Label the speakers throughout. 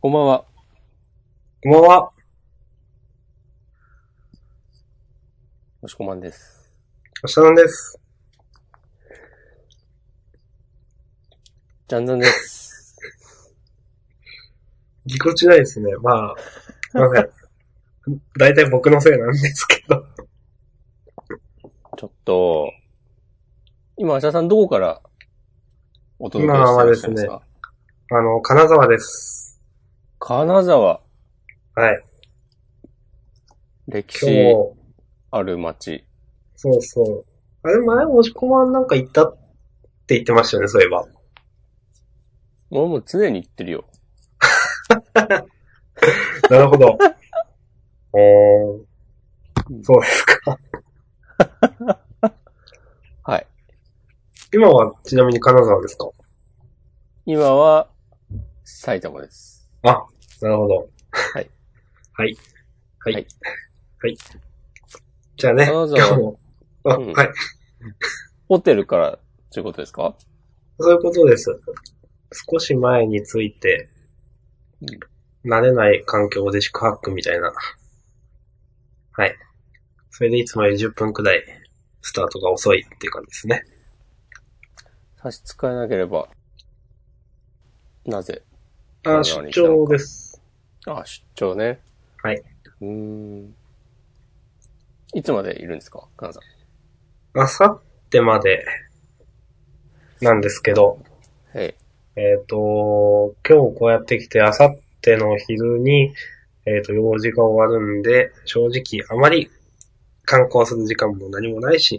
Speaker 1: こんばんは。
Speaker 2: こんばんは。
Speaker 1: もしこまんです。
Speaker 2: おしゃなんです。
Speaker 1: ジャンズンです。
Speaker 2: ぎこちないですね。まあ、 すいません。大体僕のせいなんですけど。
Speaker 1: ちょっと、今、アシャさんどこからお届けして
Speaker 2: 今は
Speaker 1: ら
Speaker 2: で
Speaker 1: っしゃ
Speaker 2: す
Speaker 1: い
Speaker 2: ね
Speaker 1: ますか
Speaker 2: あの、金沢です。
Speaker 1: 金沢、
Speaker 2: はい。
Speaker 1: 歴
Speaker 2: 今
Speaker 1: 史
Speaker 2: 日、
Speaker 1: ある町。
Speaker 2: そうそう。あれ、前、もしこまんなんか行ったって言ってましたよね、そういえば。
Speaker 1: 俺も常に行ってるよ。
Speaker 2: なる ほど。おー。そうですか。
Speaker 1: はい。
Speaker 2: 今は、ちなみに金沢ですか
Speaker 1: 今は、埼玉です。
Speaker 2: あ、なるほど。
Speaker 1: はい。
Speaker 2: はい。はい。
Speaker 1: は
Speaker 2: はいい。じゃあね、
Speaker 1: 金
Speaker 2: 今
Speaker 1: 沢
Speaker 2: 日も。あ、
Speaker 1: うん
Speaker 2: はい。
Speaker 1: ホテルから、ということですか
Speaker 2: そういうことです。少し前について、慣れない環境で宿泊みたいな。はい。それでいつもより10分くらい、スタートが遅いっていう感じですね。
Speaker 1: 差し支えなければ、なぜ
Speaker 2: あ、出張です。
Speaker 1: あ、出張ね。
Speaker 2: はい。
Speaker 1: うーん。いつまでいるんですか金沢。
Speaker 2: あさってまで、なんですけど、
Speaker 1: はい。
Speaker 2: えっ、と、今日こうやって来て、あさっての昼に、えっ、と、用事が終わるんで、正直あまり観光する時間も何もないし、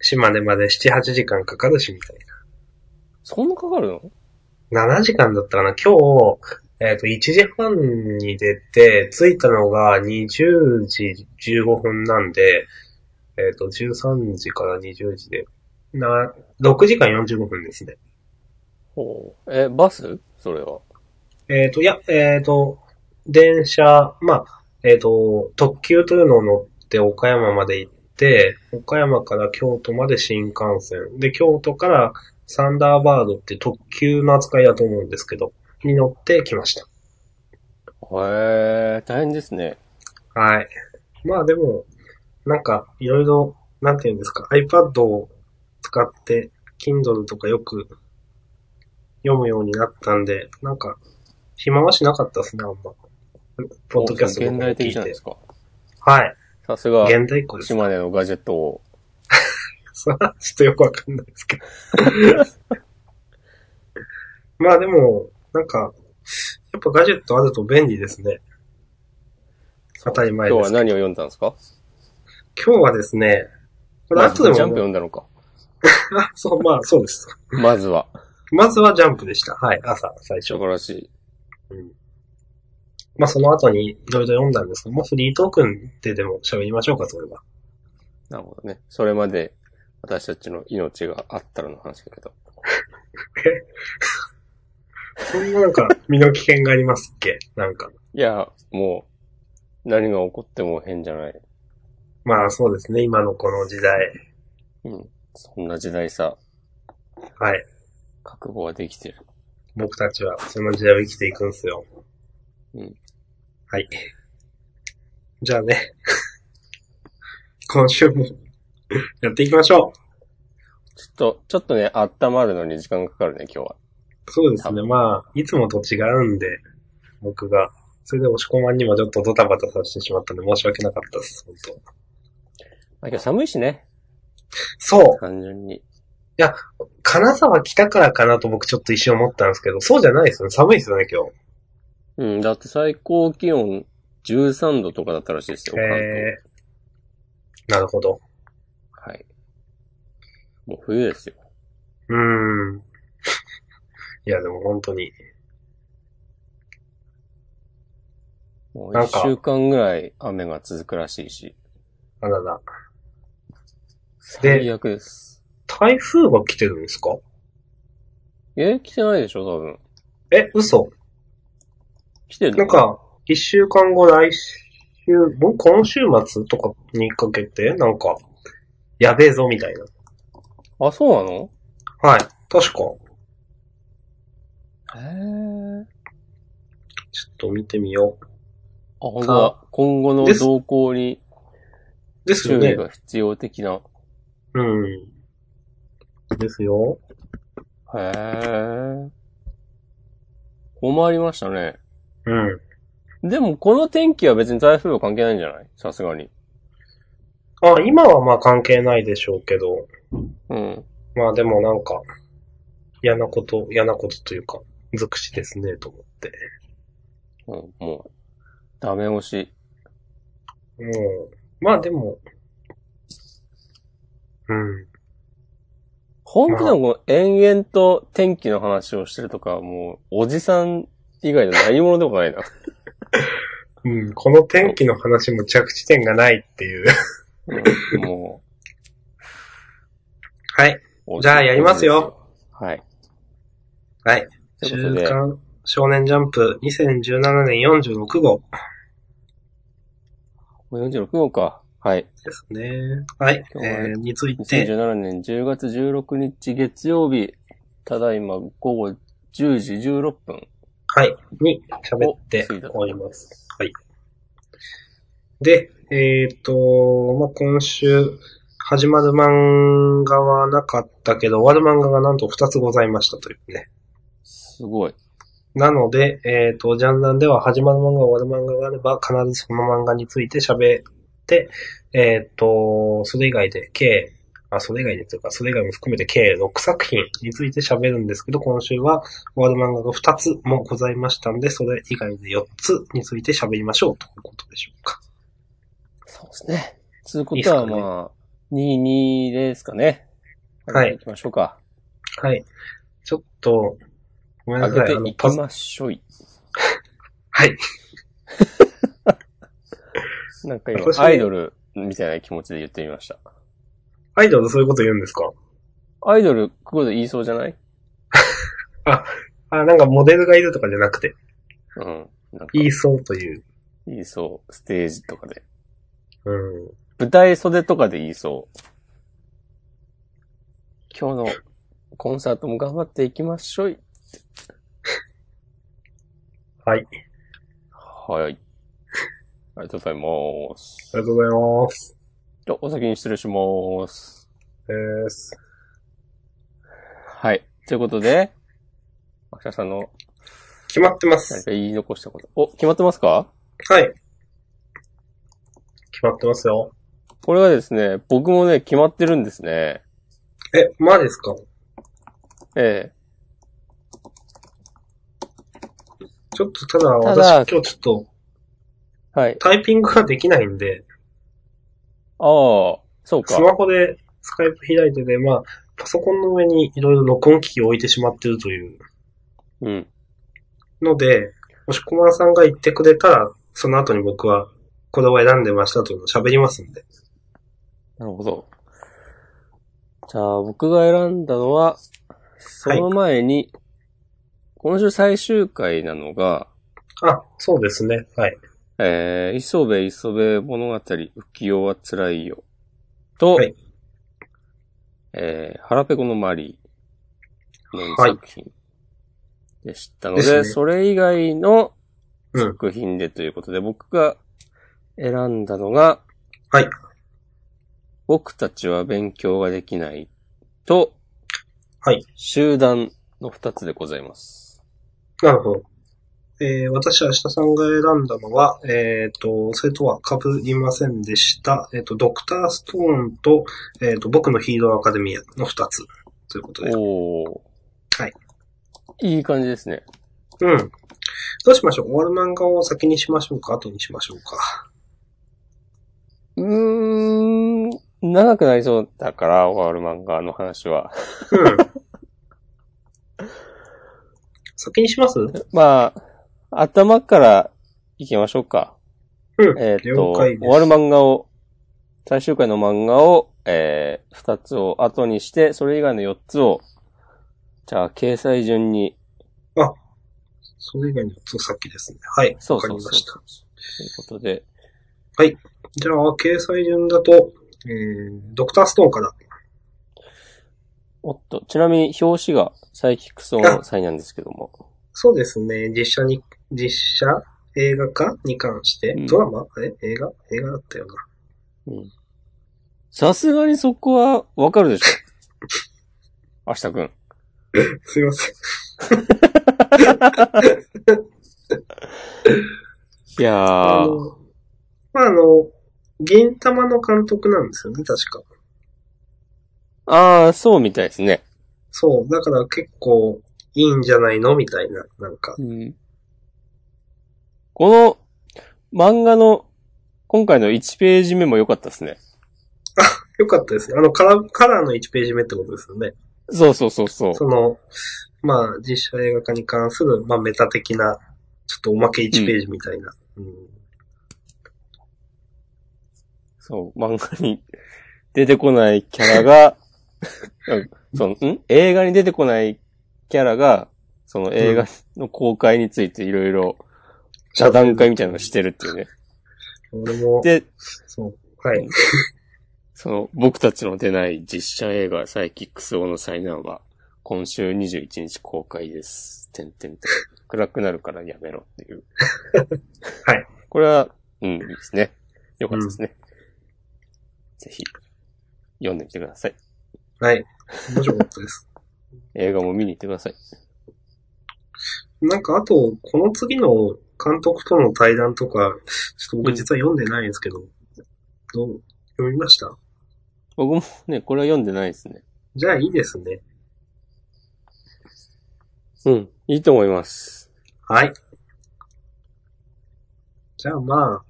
Speaker 2: 島根まで7、8時間かかるし、みたい
Speaker 1: そんなかかるの
Speaker 2: な。7時間だったかな今日、えっ、と、1時半に出て、着いたのが20時15分なんで、えっ、と、13時から20時で、な、6時間45分ですね。
Speaker 1: ほう。え、バスそれは。
Speaker 2: えっ、と、いや、えっ、と、電車、まあ、えっ、と、特急というのを乗って岡山まで行って、岡山から京都まで新幹線。で、京都からサンダーバードって特急の扱いだと思うんですけど、に乗ってきました。
Speaker 1: へえ、大変ですね。
Speaker 2: はい。まあでも、なんか、いろいろ、なんていうんですか、iPad を使って、Kindle とかよく読むようになったんで、なんか、暇はしなかったですね、あんま。ポッドキャストとか
Speaker 1: 現
Speaker 2: も
Speaker 1: 代
Speaker 2: 聞
Speaker 1: 的
Speaker 2: い
Speaker 1: じゃないで
Speaker 2: て
Speaker 1: す。か。
Speaker 2: はい。
Speaker 1: さすが、
Speaker 2: 現代っ子です。
Speaker 1: 島根のガジェットを。
Speaker 2: それは ちょっとよくわかんないですけど。 まあでも、なんか、やっぱガジェットあると便利ですね。当たり前
Speaker 1: 今日
Speaker 2: で
Speaker 1: は
Speaker 2: すけど。
Speaker 1: 何を読んだんですか
Speaker 2: 今日はですね、これ
Speaker 1: まず
Speaker 2: 後で
Speaker 1: ジャン
Speaker 2: も
Speaker 1: プ読んだのか。
Speaker 2: あ、 そう、まあ、そうです。
Speaker 1: まず は。
Speaker 2: まずはジャンプでした。はい、朝、最初
Speaker 1: 素。晴らしい。
Speaker 2: うん、まあ、その後にいろいろ読んだんですけど、もうフリートークンででも喋りましょうか、それは。
Speaker 1: なるほどね。それまで、私たちの命があったらの話だけど。
Speaker 2: そんななんか、身の危険がありますっけなんか。
Speaker 1: いや、もう、何が起こっても変じゃない。
Speaker 2: まあ、そうですね、今のこの時代。
Speaker 1: うん。そんな時代さ、
Speaker 2: はい。
Speaker 1: 覚悟はできてる。
Speaker 2: 僕たちは、その時代を生きていくんですよ。
Speaker 1: うん。
Speaker 2: はい。じゃあね。 今週も、やっていきましょ
Speaker 1: ちょっと、ちょっとね、温まるのに時間がかかるね、今日は。
Speaker 2: う。そうですね、まあ、いつもと違うんで、僕が。それで押し込まんにもちょっとドタバタさせてしまったんで申し訳なかったです、本当
Speaker 1: まあ今日寒いしね、
Speaker 2: そう
Speaker 1: 単純に。
Speaker 2: 金沢来たからかなと僕ちょっと一瞬思ったんですけど、そうじゃないですよね。寒いですよね、今日。
Speaker 1: うん、だって最高気温13度とかだったらしいですよ、関東
Speaker 2: えー、なるほど。
Speaker 1: はい。もう冬ですよ。
Speaker 2: う ーん。いや、でも本当に、
Speaker 1: もう
Speaker 2: なん
Speaker 1: 一
Speaker 2: か
Speaker 1: 週間ぐらい雨が続くらしいし。
Speaker 2: あらら。で
Speaker 1: 最悪です。
Speaker 2: 台風が来てるんですか
Speaker 1: え、来てないでしょ、多分。
Speaker 2: え、嘘
Speaker 1: 来てる
Speaker 2: な
Speaker 1: の
Speaker 2: んか、一週間後来週、もう今週末とかにかけて、なんか、やべえぞみたいな。
Speaker 1: あ、そうなの
Speaker 2: はい。確か。
Speaker 1: へえ。
Speaker 2: ちょっと見てみよ
Speaker 1: 本当だ。今後の
Speaker 2: です
Speaker 1: 動向に
Speaker 2: う。ですよ
Speaker 1: 注
Speaker 2: ね
Speaker 1: 意。が必要的な。
Speaker 2: うん。ですよ。
Speaker 1: へえ。困りましたね。
Speaker 2: うん。
Speaker 1: でも、この天気は別に台風は関係ないんじゃないさすがに。
Speaker 2: あ、今はまあ関係ないでしょうけど、
Speaker 1: うん。
Speaker 2: まあでもなんか、嫌なこと、嫌なことというか、尽くしですね、と思って。
Speaker 1: うん、もう、ダメ押し。
Speaker 2: もう、まあでも、うん。
Speaker 1: 本気でもこの延々と天気の話をしてるとか、もう、おじさん以外の何者でも ないな。
Speaker 2: うん、この天気の話も着地点がないっていう。
Speaker 1: うんも
Speaker 2: はい。
Speaker 1: う、
Speaker 2: じゃあやりますよ
Speaker 1: おじ。はい。
Speaker 2: はい。
Speaker 1: と
Speaker 2: 週
Speaker 1: いうことで、
Speaker 2: 刊少年ジャンプ2017年46号
Speaker 1: もう46号か。はい。
Speaker 2: ですね。はい。
Speaker 1: 今日は
Speaker 2: えー、について、
Speaker 1: 2017年10月16日月曜日、ただいま午後10時16分。
Speaker 2: はい。に喋っております。はい。で、えっ、と、まあ、今週、始まる漫画はなかったけど、終わる漫画がなんと2つございましたというね。
Speaker 1: すごい。
Speaker 2: なので、えっ、と、ジャンダンでは始まる漫画、終わる漫画があれば、必ずその漫画について喋って、えっ、と、それ以外で、計、あ、それ以外でというか、それ以外も含めて計6作品について喋るんですけど、今週は終わる漫画が2つもございましたんで、それ以外で4つについて喋りましょうということでしょうか。
Speaker 1: そうですね。つうことは、
Speaker 2: いいっすかね
Speaker 1: まあ、22ですかね。
Speaker 2: はい
Speaker 1: 行きましょうか。
Speaker 2: はい。ちょっと、ごめんな
Speaker 1: 上
Speaker 2: さい。
Speaker 1: げ
Speaker 2: あ
Speaker 1: て
Speaker 2: の
Speaker 1: い、き
Speaker 2: パソ
Speaker 1: ましょい。
Speaker 2: はい。
Speaker 1: なんか今
Speaker 2: 私、
Speaker 1: アイドルみたいな気持ちで言ってみました。
Speaker 2: アイドルそういうこと言うんですか
Speaker 1: アイドル、ここで言いそうじゃない
Speaker 2: あ、なんかモデルがいるとかじゃなくて、
Speaker 1: うん。なんか
Speaker 2: 言いそうという。
Speaker 1: 言いそう。ステージとかで。
Speaker 2: うん。
Speaker 1: 舞台袖とかで言いそう。今日のコンサートも頑張っていきましょい。
Speaker 2: はい。
Speaker 1: はい。ありがとうございます
Speaker 2: あ。りがとうございます。
Speaker 1: じゃあお先に失礼します。
Speaker 2: です。
Speaker 1: はい。ということで、アキラさんの
Speaker 2: 決まってま
Speaker 1: 何
Speaker 2: す。
Speaker 1: か言い残したこと。お、決まってますか
Speaker 2: はい。決まってますよ。
Speaker 1: これはですね、僕もね、決まってるんですね。
Speaker 2: え、まあですか
Speaker 1: ええ
Speaker 2: ちょっとただ、
Speaker 1: ただ
Speaker 2: 私今日ちょっと
Speaker 1: はい。
Speaker 2: タイピングができないんで、
Speaker 1: ああ、そうか
Speaker 2: ス。マホでスカイプ開いてで、まあ、パソコンの上にいろいろ録音機器を置いてしまってるという
Speaker 1: うん。
Speaker 2: ので、もし駒さんが言ってくれたら、その後に僕はこれを選んでましたというのを喋りますんで。
Speaker 1: なるほど。じゃあ、僕が選んだのは、その前に、今週最終回なのが、
Speaker 2: あ、そうですね。はい。
Speaker 1: えー、磯部磯部物語、浮世は辛いよ。と、
Speaker 2: はい
Speaker 1: えー、腹ペコのマリーの
Speaker 2: はい
Speaker 1: 作品でしたので、
Speaker 2: ですね
Speaker 1: それ以外の
Speaker 2: うん
Speaker 1: 作品でということで、僕が選んだのが、
Speaker 2: はい。
Speaker 1: 僕たちは勉強ができないと、
Speaker 2: はい
Speaker 1: 集団の二つでございます。
Speaker 2: なるほど。えー、私、明日さんが選んだのは、えっ、と、それとは被りませんでした。えっ、と、ドクターストーンと、えっ、と、僕のヒーローアカデミアの二つ。ということで。
Speaker 1: おー。
Speaker 2: はい。
Speaker 1: いい感じですね。
Speaker 2: うん。どうしましょう終わる漫画を先にしましょうか後にしましょうか。
Speaker 1: うーん、長くなりそうだから、終わる漫画の話は。
Speaker 2: うん。 先にします
Speaker 1: まあ、頭から行きましょうか。
Speaker 2: うん
Speaker 1: えーっ
Speaker 2: 了
Speaker 1: と、
Speaker 2: 解で
Speaker 1: 終
Speaker 2: す
Speaker 1: わる漫画を、最終回の漫画を、えー、二つを後にして、それ以外の四つを、じゃあ、掲載順に、
Speaker 2: それ以外のつ先ですね。はい。
Speaker 1: そ
Speaker 2: わ
Speaker 1: う
Speaker 2: か
Speaker 1: そ
Speaker 2: り
Speaker 1: うそ
Speaker 2: ま
Speaker 1: う
Speaker 2: した。
Speaker 1: ということで、
Speaker 2: じゃあ、掲載順だと、えー、ドクターストーンから。
Speaker 1: おっと、ちなみに表紙がサイキックスオンの際なんですけども。
Speaker 2: そうですね。実写に実写映画化に関して、
Speaker 1: うん
Speaker 2: ドラマあれ映画映画だったよな。
Speaker 1: うん。さすがにそこはわかるでしょ。 明日くん。
Speaker 2: すいません。
Speaker 1: いや
Speaker 2: あ
Speaker 1: ー、
Speaker 2: の、まあ、あの、銀玉の監督なんですよね、確か。
Speaker 1: あー、そうみたいですね。
Speaker 2: そう、だから結構いいんじゃないのみたいな、なんか。
Speaker 1: うん。この漫画の今回の1ページ目も良かったですね。
Speaker 2: よかったですね。あの、カラーカラーの1ページ目ってことですよね。
Speaker 1: そうそうそうそう。
Speaker 2: その、まあ、実写映画化に関する、まあ、メタ的な、ちょっとおまけ1ページみたいな。うん。
Speaker 1: そう、漫画に出てこないキャラが、 その、ん映画に出てこないキャラが、その映画の公開についていろいろ、座談会みたいなのしてるっていうね。
Speaker 2: 俺も、
Speaker 1: で、
Speaker 2: そう、はい。
Speaker 1: その、僕たちの出ない実写映画、サイキックス王の災難は、今週21日公開です。てんてんてん。暗くなるからやめろっていう。
Speaker 2: はい。
Speaker 1: これは、うん、いいですね。よかったですね。ぜひ、読んでみてください。
Speaker 2: はい。面白かったです。
Speaker 1: 映画も見に行ってください。
Speaker 2: なんか、あと、この次の監督との対談とか、ちょっと僕実は読んでないんですけど、どう読みました
Speaker 1: 僕もね、これは読んでないですね。
Speaker 2: じゃあいいですね。
Speaker 1: うん。いいと思います。
Speaker 2: はい。じゃあまあ、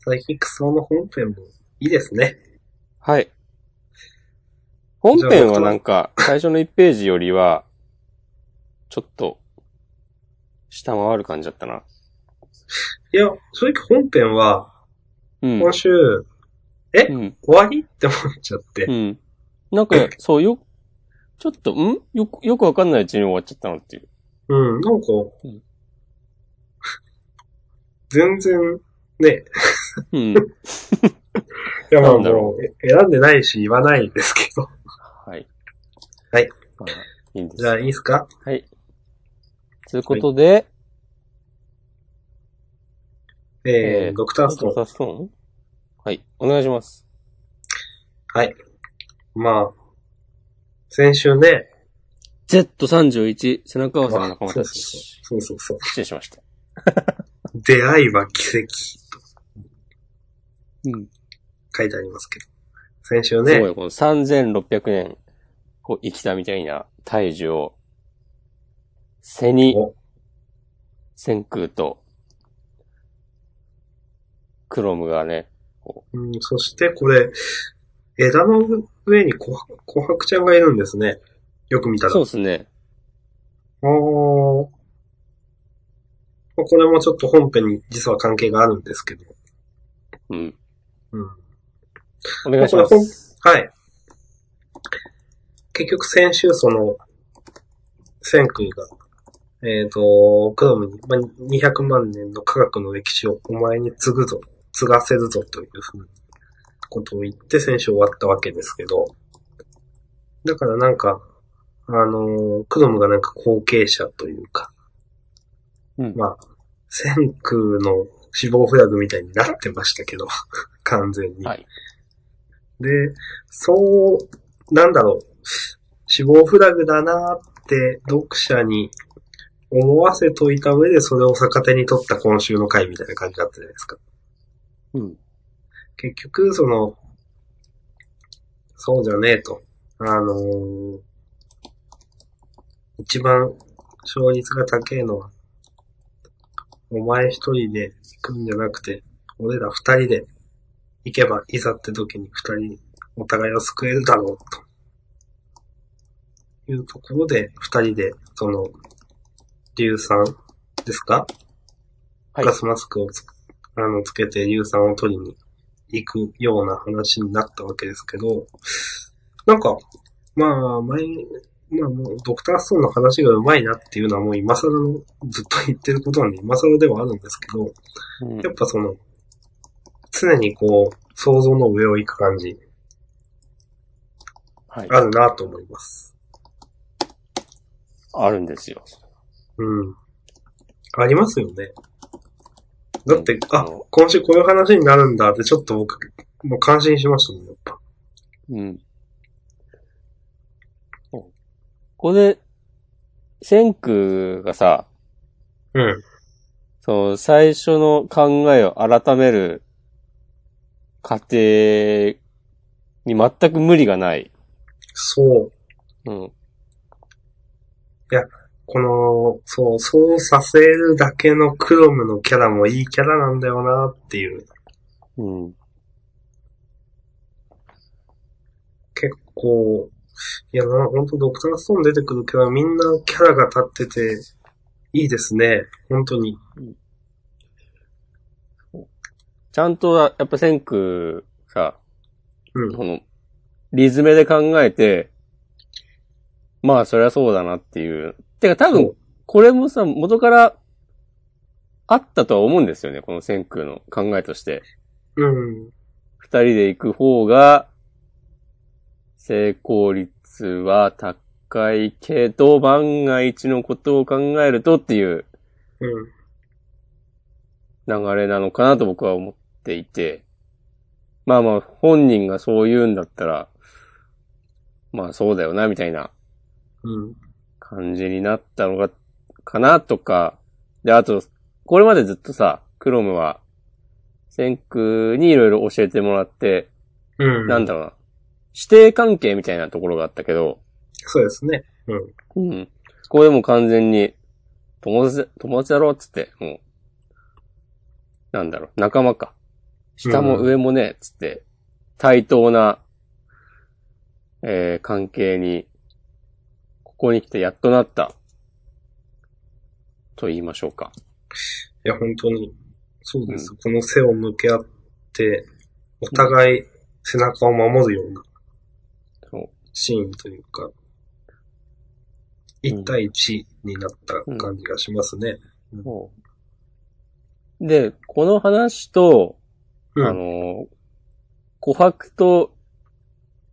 Speaker 2: サイキックスオの本編もいいですね。
Speaker 1: はい。本編はなんか、最初の1ページよりは、ちょっと、下回る感じだったな。
Speaker 2: いや、正直本編は、
Speaker 1: うん。
Speaker 2: 今週、
Speaker 1: うん。
Speaker 2: 終わりって思っちゃって。
Speaker 1: うん。なんか、そうよ、ちょっと、んよく、よくわかんないうちに終わっちゃったなっていう。
Speaker 2: うん、なんか
Speaker 1: ん、
Speaker 2: 全然、ね、
Speaker 1: うん。
Speaker 2: いやまあ
Speaker 1: なんだろ
Speaker 2: もう、え選んでないし言わないですけど。
Speaker 1: はい。
Speaker 2: はい。
Speaker 1: まあ、いいんです
Speaker 2: じゃあいいですか
Speaker 1: はい。ということで、
Speaker 2: えー、ドクターストー
Speaker 1: ドク。
Speaker 2: ン
Speaker 1: ターストーンはい。お願いします。
Speaker 2: はい。まあ、先週ね、
Speaker 1: Z31、背中合わせの仲間
Speaker 2: そ
Speaker 1: た
Speaker 2: う
Speaker 1: ち。
Speaker 2: そうそうそう。
Speaker 1: 失礼しました。
Speaker 2: 出会いは奇跡
Speaker 1: うん。
Speaker 2: 書いてありますけど。先週
Speaker 1: すご
Speaker 2: ね、
Speaker 1: い、この3600年、こう、生きたみたいな大樹を、背に
Speaker 2: お、
Speaker 1: 千空と、クロムがね、
Speaker 2: うん、そしてこれ、枝の上に琥珀琥珀ちゃんがいるんですね。よく見たら。
Speaker 1: そうですね。
Speaker 2: おーまあこれもちょっと本編に実は関係があるんですけど。
Speaker 1: うん。
Speaker 2: うん。
Speaker 1: お願いし ます。
Speaker 2: はい。結局先週その、千空が、えっ、と、クロムに、まあ、200万年の科学の歴史をお前に継ぐぞ、継がせるぞというふうなことを言って先週終わったわけですけど、だからなんか、あのークロムがなんか後継者というか、
Speaker 1: うん
Speaker 2: まあ、千空の死亡フラグみたいになってましたけど、完全に。
Speaker 1: はい。
Speaker 2: で、そう、なんだろう、死亡フラグだなって読者に思わせといた上でそれを逆手に取った今週の回みたいな感じだったじゃないですか。
Speaker 1: うん。
Speaker 2: 結局、その、そうじゃねえと。あのー一番勝率が高いのは、お前一人で行くんじゃなくて、俺ら二人で行けば、いざって時に二人、お互いを救えるだろう、というところで、二人で、その、硫酸ですか
Speaker 1: はい
Speaker 2: ガスマスクをつあのつけて硫酸を取りに行くような話になったわけですけど、なんか、まあ、前、まあもう、ドクターストーンの話が上手いなっていうのはもう今更の、ずっと言ってることなんで今更ではあるんですけど、
Speaker 1: うん
Speaker 2: やっぱその、常にこう、想像の上を行く感じ、
Speaker 1: はい。
Speaker 2: あるなと思います。
Speaker 1: あるんですよ。
Speaker 2: うん。ありますよね。だって、あ
Speaker 1: の、
Speaker 2: 今週こういう話になるんだって、ちょっと僕、もう感心しましたもん、やっぱ。
Speaker 1: うん。ここで、シェンクがさ、
Speaker 2: うん。
Speaker 1: その最初の考えを改める過程に全く無理がない。
Speaker 2: そう。
Speaker 1: うん。
Speaker 2: この、そう、そうさせるだけのクロムのキャラもいいキャラなんだよなっていう。
Speaker 1: うん。
Speaker 2: 結構、いやな、ほんとドクターストーン出てくるキャラ、みんなキャラが立ってて、いいですね。本当に。
Speaker 1: ちゃんと、やっぱシェンクさ、
Speaker 2: うん。
Speaker 1: この、リズムで考えて、まあ、そりゃそうだなっていう。てか、多
Speaker 2: そ
Speaker 1: 分、これもさ、元から、あったとは思うんですよね。この千空の考えとして。
Speaker 2: うん。
Speaker 1: 二人で行く方が、成功率は高いけど、万が一のことを考えるとっていう
Speaker 2: うん。
Speaker 1: 流れなのかなと僕は思っていて。まあまあ、本人がそう言うんだったら、まあそうだよな、みたいな
Speaker 2: うん。
Speaker 1: 感じになったのが、かなとか、で、あと、これまでずっとさ、クロムは、先駆にいろいろ教えてもらって、
Speaker 2: うん。
Speaker 1: なんだろうな、指定関係みたいなところがあったけど、
Speaker 2: そうですね。うん。
Speaker 1: うん。ここでもう完全に、友達、友達だろっつって、もう、なんだろう、仲間か。下も上もね、つって、対等な、えー関係に、ここに来てやっとなった、と言いましょうか。
Speaker 2: いや、本当に。そうです。この背を向け合って、お互い背中を守るような
Speaker 1: そう
Speaker 2: シーンというか、1対1になった感じがしますね。
Speaker 1: で、この話と、
Speaker 2: うん。
Speaker 1: あの、琥珀と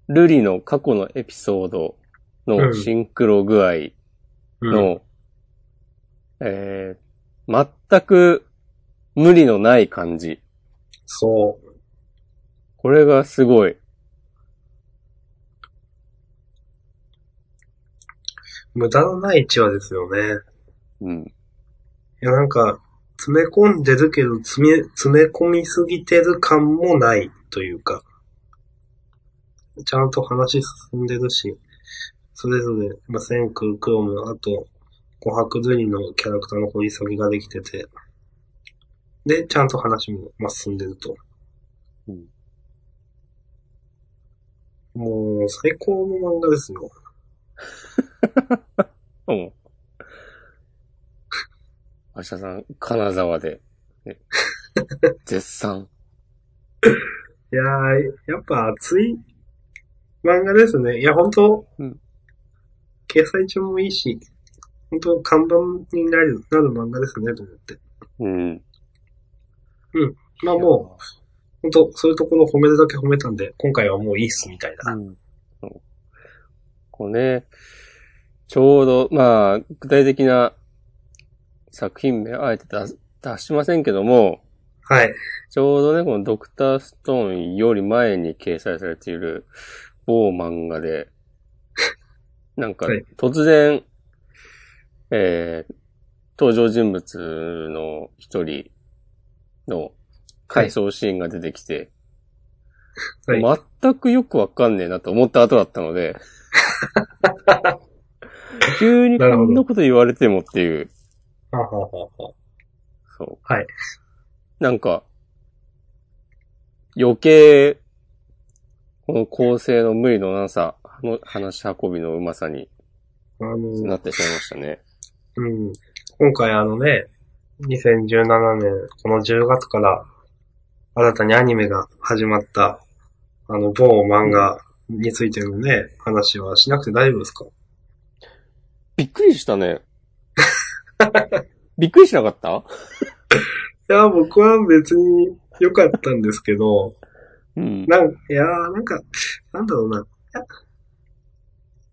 Speaker 1: ルリの過去のエピソード
Speaker 2: う
Speaker 1: の
Speaker 2: ん
Speaker 1: シンクロ具合
Speaker 2: うん、
Speaker 1: の、えー全く無理のない感じ。
Speaker 2: そう。
Speaker 1: これがすごい。
Speaker 2: 無駄のない1話ですよね。
Speaker 1: うん。
Speaker 2: いや、なんか、詰め込んでるけど、詰め、詰め込みすぎてる感もないというか、ちゃんと話進んでるし、それぞれ、まあ、千空、クロム、あと、琥珀ズリのキャラクターの掘り下げができてて、で、ちゃんと話も、まあ、進んでると。
Speaker 1: うん
Speaker 2: もう、最高の漫画ですよ。
Speaker 1: うん。明日さん、金沢で、 ね絶賛。
Speaker 2: いやー、やっぱ熱い漫画ですね。いや、本当、
Speaker 1: うん
Speaker 2: 掲載中もいいし、本当看板になるなる漫画ですね、と思って。
Speaker 1: うん。
Speaker 2: まあもう、本当そういうところを褒めるだけ褒めたんで、今回はもういいっす、みたいな。
Speaker 1: うんそうこうね、ちょうど、まあ、具体的な作品名、あえて出す出しませんけども、
Speaker 2: はい。
Speaker 1: ちょうどね、このドクターストーンより前に掲載されている某漫画で、なんか
Speaker 2: はい、
Speaker 1: 突然、えー、登場人物の一人の回想シーンが出てきて、
Speaker 2: はい。
Speaker 1: 全くよくわかんねえなと思った後だったので、 急にこんなこと言われてもっていう、
Speaker 2: はははは
Speaker 1: そう。
Speaker 2: はい。
Speaker 1: なんか、余計、この構成の無理のなさ、あの話し運びのうまさに
Speaker 2: あの、
Speaker 1: なってしまいましたね。
Speaker 2: うん。今回あのね、2017年、この10月から、新たにアニメが始まった、あの、某漫画についてのね、話はしなくて大丈夫ですか
Speaker 1: びっくりした ね。びっくりしなかった
Speaker 2: いや、僕は別に良かったんですけど、
Speaker 1: うん。
Speaker 2: なんいやー、なんか、なんだろうな。いや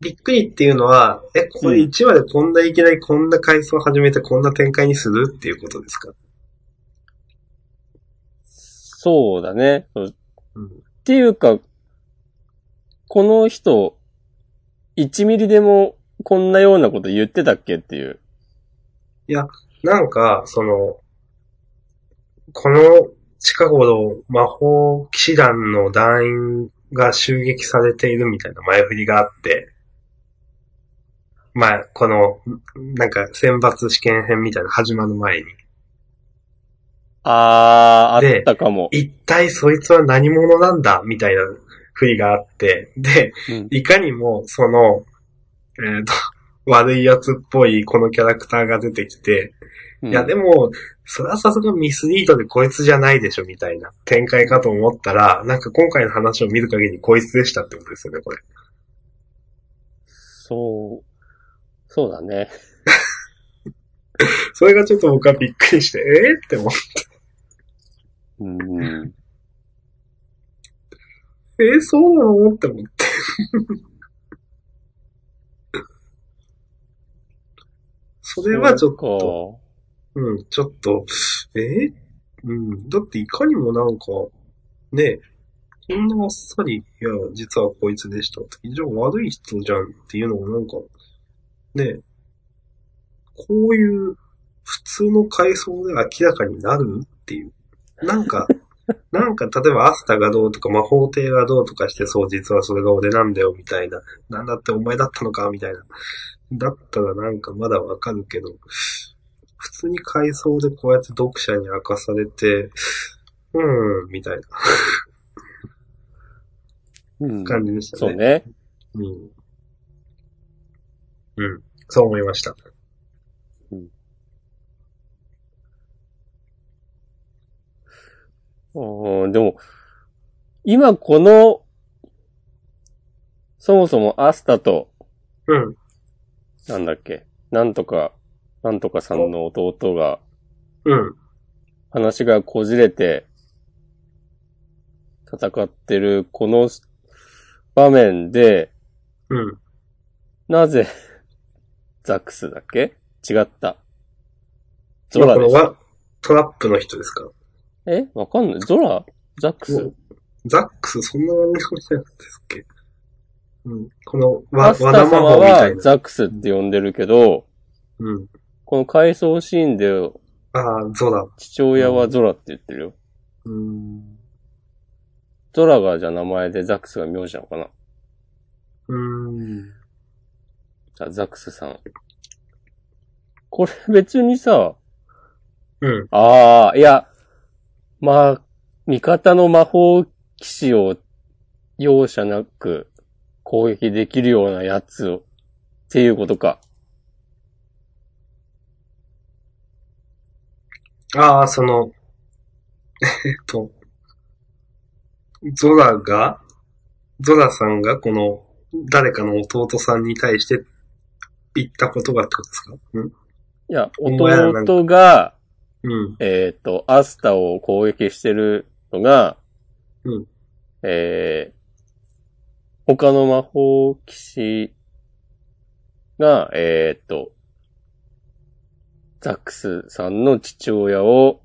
Speaker 2: びっくりっていうのは、え、これ1話でこんないきなりこんな回想を始めてこんな展開にするっていうことですか
Speaker 1: そうだね。そう
Speaker 2: うん
Speaker 1: っていうか、この人、1ミリでもこんなようなこと言ってたっけっていう。
Speaker 2: なんか、その、この近頃魔法騎士団の団員が襲撃されているみたいな前振りがあって、まあ、この、なんか選抜試験編みたいな始まる前に、
Speaker 1: あー、
Speaker 2: で
Speaker 1: あったかも。
Speaker 2: 一体そいつは何者なんだみたいな振りがあって、で、
Speaker 1: うん
Speaker 2: いかにも、その、えっ、と、 悪いやつっぽいこのキャラクターが出てきて、いや、で
Speaker 1: も、
Speaker 2: も、それはさすがミスリードでこいつじゃないでしょ、みたいな展開かと思ったら、なんか今回の話を見る限りこいつでしたってことですよね、これ。
Speaker 1: そう、そうだね。
Speaker 2: それがちょっと僕はびっくりして、えー、って思って、
Speaker 1: うん。
Speaker 2: えー、そうなのって思って。それはちょっと、
Speaker 1: と。
Speaker 2: うん、ちょっと、えー、うん、だっていかにもなんか、ね、こんなあっさり、いや、実はこいつでしたって。じゃあ悪い人じゃんっていうのがなんか、ね、こういう普通の階層で明らかになるっていう。なんか、なんか例えばアスタがどうとか魔法帝がどうとかして、そう実はそれが俺なんだよみたいな。なんだってお前だったのかみたいな。だったらなんかまだわかるけど、普通に階層でこうやって読者に明かされて、うーん、みたいな。
Speaker 1: うん
Speaker 2: 感じでした
Speaker 1: そう
Speaker 2: ね。
Speaker 1: ね。
Speaker 2: うね。うん。うん。そう思いました。
Speaker 1: うん、でも、今この、そもそもアスタと、
Speaker 2: うん。
Speaker 1: なんだっけ、なんとか、なんとかさんの弟が、
Speaker 2: うん。
Speaker 1: 話がこじれて、戦ってるこの場面で、
Speaker 2: うん。
Speaker 1: なぜ、ザックスだっけ違った。ゾ
Speaker 2: 今
Speaker 1: ラ
Speaker 2: こ
Speaker 1: で
Speaker 2: の
Speaker 1: しょ
Speaker 2: は、トラップの人ですか
Speaker 1: えわかんない。ゾラザックス
Speaker 2: ザックス、そんな悪い人じゃないですっけうん。この、わ、
Speaker 1: マ
Speaker 2: わ
Speaker 1: スタ
Speaker 2: だ
Speaker 1: ー
Speaker 2: ま
Speaker 1: 様
Speaker 2: ほみたい
Speaker 1: は
Speaker 2: な。
Speaker 1: ザックスって呼んでるけど、
Speaker 2: うん。
Speaker 1: この回想シーンで
Speaker 2: ああ、ゾラ。
Speaker 1: 父親はゾラって言ってるよ。
Speaker 2: うーん。
Speaker 1: ゾラがじゃあ名前でザックスが名字なのかな
Speaker 2: うーん。
Speaker 1: あザックスさん。これ別にさ、
Speaker 2: うん。
Speaker 1: ああ、いや、まあ、味方の魔法騎士を容赦なく攻撃できるようなやつを、っていうことか。
Speaker 2: ああ、その、 えっと、ゾラが、ゾラさんがこの、誰かの弟さんに対して言った言葉ってことですかうん
Speaker 1: いや、
Speaker 2: お前らなんか
Speaker 1: 弟が、
Speaker 2: うん。
Speaker 1: えっ、と、アスタを攻撃してるのが、
Speaker 2: うん
Speaker 1: えー他の魔法騎士が、えっ、と、ザックスさんの父親を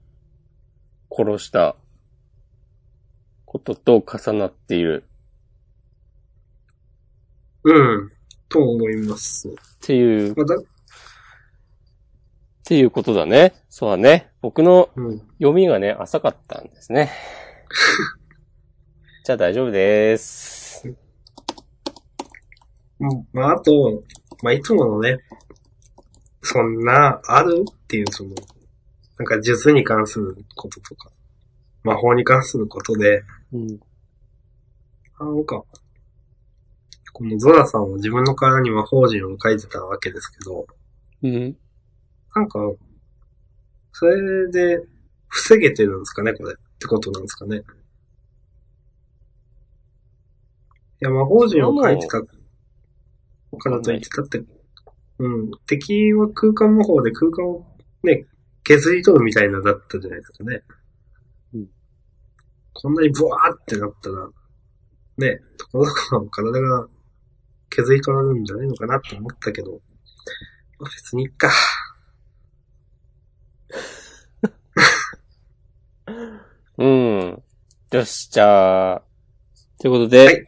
Speaker 1: 殺したことと重なっている
Speaker 2: うん。と思います。
Speaker 1: っていう、っ
Speaker 2: まあだ、
Speaker 1: ていうことだね。そうだね。僕の
Speaker 2: うん。
Speaker 1: 読みがね、浅かったんですね。じゃあ大丈夫です。
Speaker 2: うんまあ、あと、まあ、いつものね、そんな、あるっていう、その、なんか、術に関することとか、魔法に関することで、
Speaker 1: うん。
Speaker 2: あなんか、このゾラさんは自分の体に魔法陣を書いてたわけですけど、
Speaker 1: うん。
Speaker 2: なんか、それで、防げてるんですかね、これ。ってことなんですかね。いや、魔法陣を書いてたからといって、だって、うん、敵は空間魔法で空間をね、削り取るみたいなだったじゃないですかね。
Speaker 1: うん
Speaker 2: こんなにブワーってなったら、ね、ところどころ体が削り取られるんじゃないのかなって思ったけど、まあ別にいっか。
Speaker 1: うん。よし、じゃあ、ということで、
Speaker 2: はい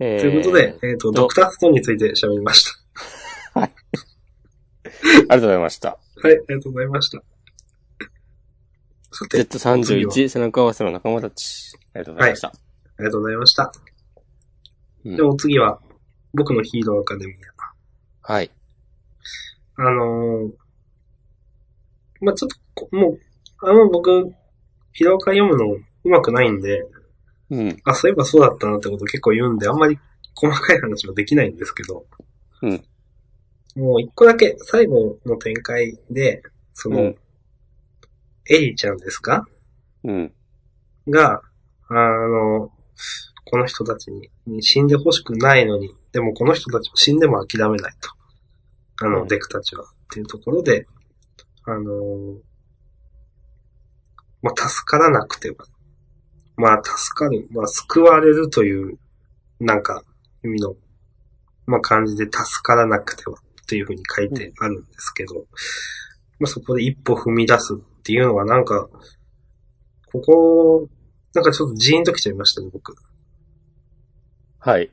Speaker 1: えー
Speaker 2: ということで、えっ、と、ドクターストーンについて喋りました。
Speaker 1: ありがとうございました。
Speaker 2: はい、ありがとうございました。さて、次
Speaker 1: Z31、背中合わせの仲間たち。ありがとうございました。
Speaker 2: ありがとうございました。
Speaker 1: うん
Speaker 2: で、お次は、僕のヒーローアカデミ
Speaker 1: はい。
Speaker 2: ア。あのー、まあちょっとこ、もう、あの、僕、ヒーローアカ読むの上手くないんで、
Speaker 1: うん。
Speaker 2: あ、そういえばそうだったなってこと結構言うんで、あんまり細かい話はできないんですけど。
Speaker 1: うん。
Speaker 2: もう一個だけ、最後の展開で、その、
Speaker 1: うん
Speaker 2: エリちゃんですか
Speaker 1: うん。
Speaker 2: が、あの、この人たちに死んでほしくないのに、でもこの人たちも死んでも諦めないと。あ
Speaker 1: う
Speaker 2: の、
Speaker 1: ん
Speaker 2: デクたちは。っていうところで、あの、まあ、助からなくては、まあ、助かる、まあ、救われるという、なんか、意味の、まあ、感じで助からなくてはっていうふうに書いてあるんですけど、まあ、そこで一歩踏み出すっていうのはなんか、ここ、なんかちょっとジーンときちゃいましたね、僕。
Speaker 1: はい。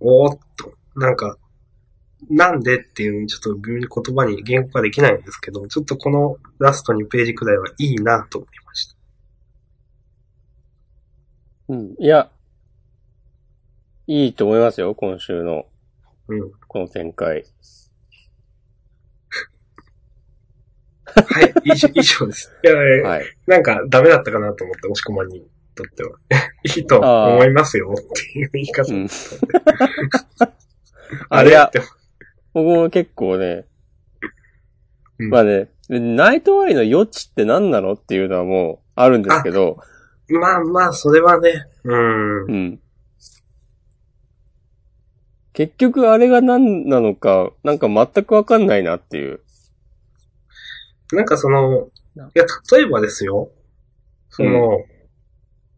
Speaker 2: おーっと。なんか、なんでっていうのにちょっと微妙に言葉に言語化できないんですけど、ちょっとこのラスト2ページくらいはいいなと思いました。
Speaker 1: うん。いや、いいと思いますよ、今週の、
Speaker 2: うん。
Speaker 1: この展開。
Speaker 2: はい、 以上以上です。いやいやいや、
Speaker 1: はい。
Speaker 2: なんかダメだったかなと思って、押し込まんにとっては。 いいと思いますよっていう言い方。
Speaker 1: うん
Speaker 2: あ
Speaker 1: あ
Speaker 2: れ
Speaker 1: れ
Speaker 2: や
Speaker 1: や
Speaker 2: って、
Speaker 1: 僕も結構ね、
Speaker 2: うん
Speaker 1: まあね、ナイトアイの余地って何なのっていうのはもうあるんですけど、
Speaker 2: まあまあ、それはね、うん
Speaker 1: う。ん。結局あれが何なのか、なんか全くわかんないなっていう。
Speaker 2: なんかその、いや、例えばですよ、その、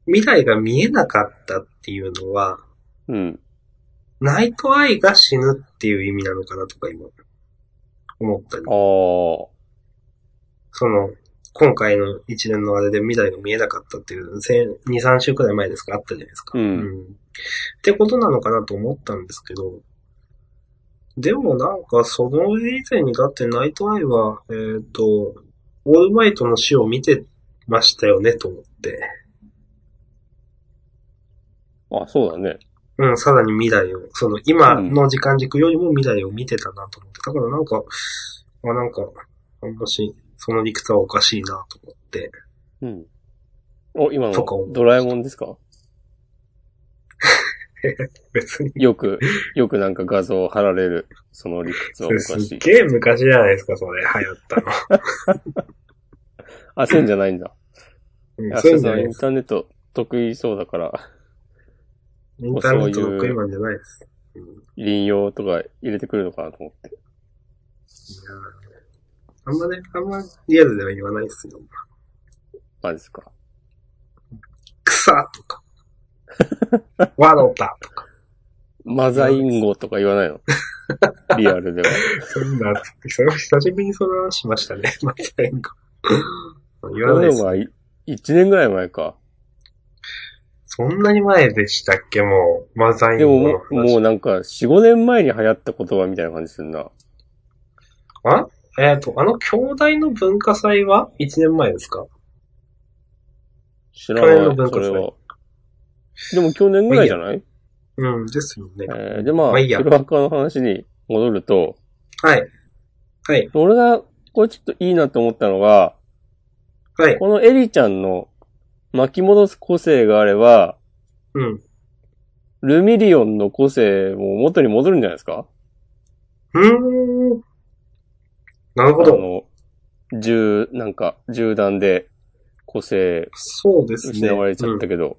Speaker 2: 未来が見えなかったっていうのは、
Speaker 1: うん。
Speaker 2: ナイトアイが死ぬっていう意味なのかなとか今、思ったり
Speaker 1: あ。あ。
Speaker 2: その、今回の一連のあれで未来が見えなかったっていう、せん2、3週くらい前ですかあったじゃないですか。
Speaker 1: うん
Speaker 2: ってことなのかなと思ったんですけど、でもなんかその以前にだってナイトアイは、えっ、と、オールマイトの死を見てましたよねと思って、
Speaker 1: あ、そうだね。
Speaker 2: うん、さらに未来を、その今の時間軸よりも未来を見てたなと思って、だからなんか、あ、なんか、あんまし、その理屈はおかしいなと思って、
Speaker 1: うん。お、今
Speaker 2: とか思う
Speaker 1: のドラえもんですか
Speaker 2: 別に。
Speaker 1: よ く、よくなんか画像を貼られる、その理屈はおかし
Speaker 2: すっ
Speaker 1: い。
Speaker 2: げえ昔じゃないですか、それ、流行っ たの。
Speaker 1: あ、そういうんじゃないんだ。
Speaker 2: うん
Speaker 1: あ、
Speaker 2: そうい
Speaker 1: そううんそ
Speaker 2: じゃな
Speaker 1: う、
Speaker 2: い
Speaker 1: イ
Speaker 2: で
Speaker 1: ン
Speaker 2: す。
Speaker 1: ターネット得意そうだから、
Speaker 2: インターネット
Speaker 1: そうい
Speaker 2: の
Speaker 1: う
Speaker 2: 食いマンじゃないです。うん
Speaker 1: 臨用とか入れてくるのかなと思って。
Speaker 2: あんまね、あんまリアルでは言わないですよ。
Speaker 1: マジですか。
Speaker 2: 草と か。わろたとか。
Speaker 1: マザインゴとか言わない のリアルでは。
Speaker 2: そんな、それ久しぶりにその話しましたね。また変化。言わないです
Speaker 1: でも まあ、い一年ぐらい前か。
Speaker 2: そんなに前でしたっけ、もう。マザイン
Speaker 1: で
Speaker 2: ゴ
Speaker 1: も
Speaker 2: の
Speaker 1: もう、も
Speaker 2: 話。
Speaker 1: うなんか、四五年前に流行った言葉みたいな感じするな。
Speaker 2: あえっ、と、あの兄弟の文化祭は ?1 年前ですか
Speaker 1: 知らない
Speaker 2: 去年の、文
Speaker 1: そ
Speaker 2: 化祭
Speaker 1: れは。でも去年ぐらいじゃない
Speaker 2: うん、ですよね。
Speaker 1: えーで、ま
Speaker 2: まあ
Speaker 1: あ、
Speaker 2: いいや
Speaker 1: ヒロアカの話に戻ると、
Speaker 2: はい。はい。
Speaker 1: 俺が、これちょっといいなと思ったのが、
Speaker 2: はい。
Speaker 1: このエリちゃんの巻き戻す個性があれば、
Speaker 2: うん。
Speaker 1: ルミリオンの個性も元に戻るんじゃないですか
Speaker 2: うーん。なる
Speaker 1: あ
Speaker 2: ほど。
Speaker 1: の、銃、なんか、銃弾で個性
Speaker 2: そうですね。
Speaker 1: 失われちゃったけど。っ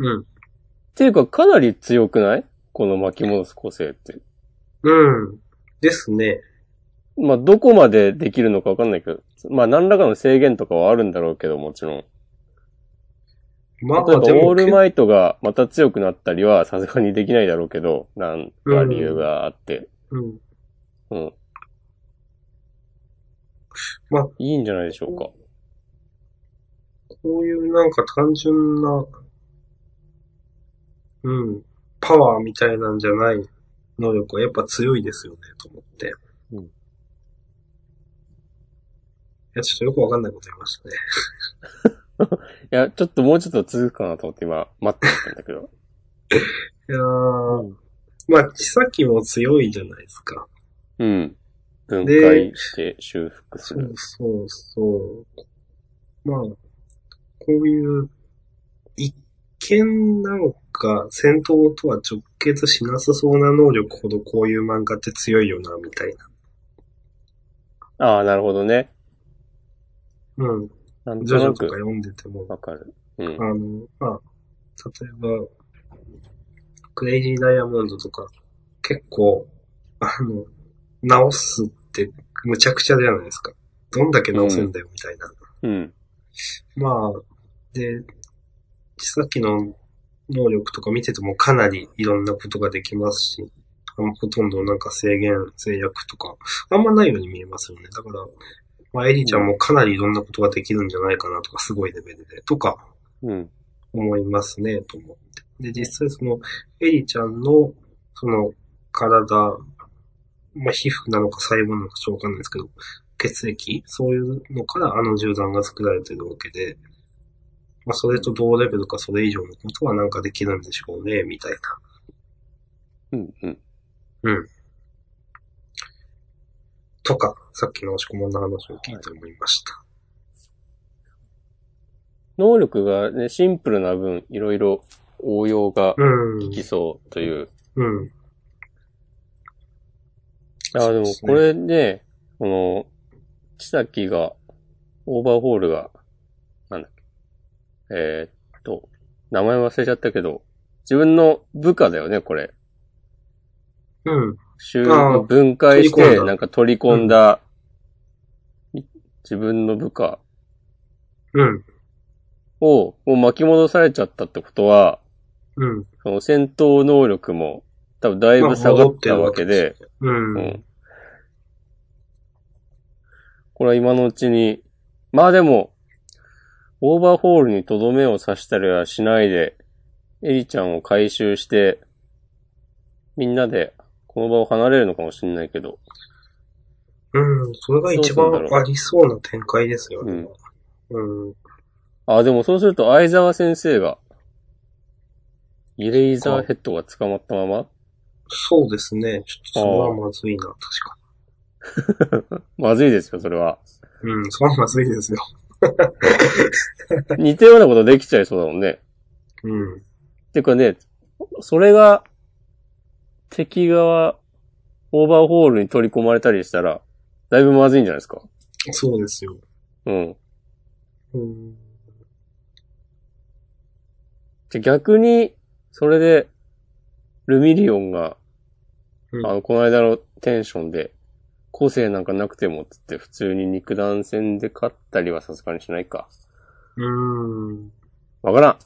Speaker 2: うん。
Speaker 1: ていうか、かなり強くないこの巻き戻す個性って。
Speaker 2: うん。うん。ですね。
Speaker 1: まあ、どこまでできるのかわかんないけど、まあ、何らかの制限とかはあるんだろうけど、もちろん。
Speaker 2: まあ、
Speaker 1: 例えば
Speaker 2: で、も
Speaker 1: オールマイトがまた強くなったりはさすがにできないだろうけど、なんか理由があって、
Speaker 2: うん。
Speaker 1: うん。
Speaker 2: まあ、
Speaker 1: いいんじゃないでしょうか。
Speaker 2: こういうなんか単純な、うん、パワーみたいなんじゃない能力はやっぱ強いですよね、と思って。
Speaker 1: うん
Speaker 2: いや、ちょっとよくわかんないこと言いましたね。
Speaker 1: いや、ちょっともうちょっと続くかなと思って今、待ってたんだけ ど。
Speaker 2: いやー、まあ、さっきも強いじゃないですか。
Speaker 1: うん。分解して修復す
Speaker 2: そ
Speaker 1: る
Speaker 2: う。そうそう。まあ、こういう、一見なんか戦闘とは直結しなさそうな能力ほどこういう漫画って強いよな、みたい
Speaker 1: ああ、なるほどね。
Speaker 2: な。うん。
Speaker 1: なん
Speaker 2: ジ
Speaker 1: と
Speaker 2: ョジョ
Speaker 1: な
Speaker 2: とか
Speaker 1: く
Speaker 2: 読んでても、
Speaker 1: わかる。うん
Speaker 2: あ。の、まあ、例えば、クレイジーダイヤモンドとか、結構、あの、直すってむちゃくちゃじゃないですか。どんだけ直せんだよ、みたいな。
Speaker 1: うん。
Speaker 2: まあ、で、さっきの能力とか見ててもかなりいろんなことができますし、あのほとんどなんか制限、制約とか、あんまないように見えますよね。だから、まあ、エリちゃんもかなりいろんなことができるんじゃないかなとか、すごいレベルで、とか
Speaker 1: うん。
Speaker 2: 思いますね、と思って。で、実際その、エリちゃんの、その、体、まあ、皮膚なのか細胞なのかちょっとわかんないですけど、血液そういうのからあの銃弾が作られてるわけで、まあ、それと同レベルかそれ以上のことはなんかできるんでしょうね、みたいな。
Speaker 1: うん。うん。
Speaker 2: とか、さっきの押し込まんの話を聞いて思いました。
Speaker 1: 能力がね、シンプルな分、いろいろ応用が
Speaker 2: うん
Speaker 1: 効。きそうという。
Speaker 2: うん。
Speaker 1: ああ、でも
Speaker 2: そうですね
Speaker 1: これね、この、千崎が、オーバーホールが、なんだっけ。えーっと、名前忘れちゃったけど、自分の部下だよね、これ。
Speaker 2: うん。
Speaker 1: 収
Speaker 2: あー
Speaker 1: 分解し
Speaker 2: 取り込ん
Speaker 1: て、
Speaker 2: だ
Speaker 1: なんか取り込んだ、い自分の部下
Speaker 2: うん。
Speaker 1: を、もう巻き戻されちゃったってことは、
Speaker 2: うん。
Speaker 1: その戦闘能力も、多分だいぶ下がったわけで、
Speaker 2: うん。
Speaker 1: う。ん。これは今のうちに、まあでも、オーバーホールにとどめを刺したりはしないで、エリちゃんを回収して、みんなでこの場を離れるのかもしれないけど、
Speaker 2: うん。それが一
Speaker 1: どうす
Speaker 2: 番
Speaker 1: るんだろう
Speaker 2: ありそうな展開ですよ
Speaker 1: う
Speaker 2: ね
Speaker 1: ん。
Speaker 2: うん。
Speaker 1: あ、でもそうすると相沢先生が、イレイザーヘッドが捕まったまま、
Speaker 2: そうですね。ちょっとそれはまずいな、確か
Speaker 1: まずいですよ、それは。
Speaker 2: に。うん、それはまずいですよ。
Speaker 1: 似たようなことできちゃいそうだもんね。
Speaker 2: うん。
Speaker 1: てかね、それが、敵側、オーバーホールに取り込まれたりしたら、だいぶまずいんじゃないですか。
Speaker 2: そうですよ。
Speaker 1: うん。
Speaker 2: うん。
Speaker 1: じゃ逆に、それで、ルミリオンが、
Speaker 2: うん
Speaker 1: あの、この間のテンションで、個性なんかなくてもっつって、普通に肉弾戦で勝ったりはさすがにしないか。
Speaker 2: うん。
Speaker 1: わからん。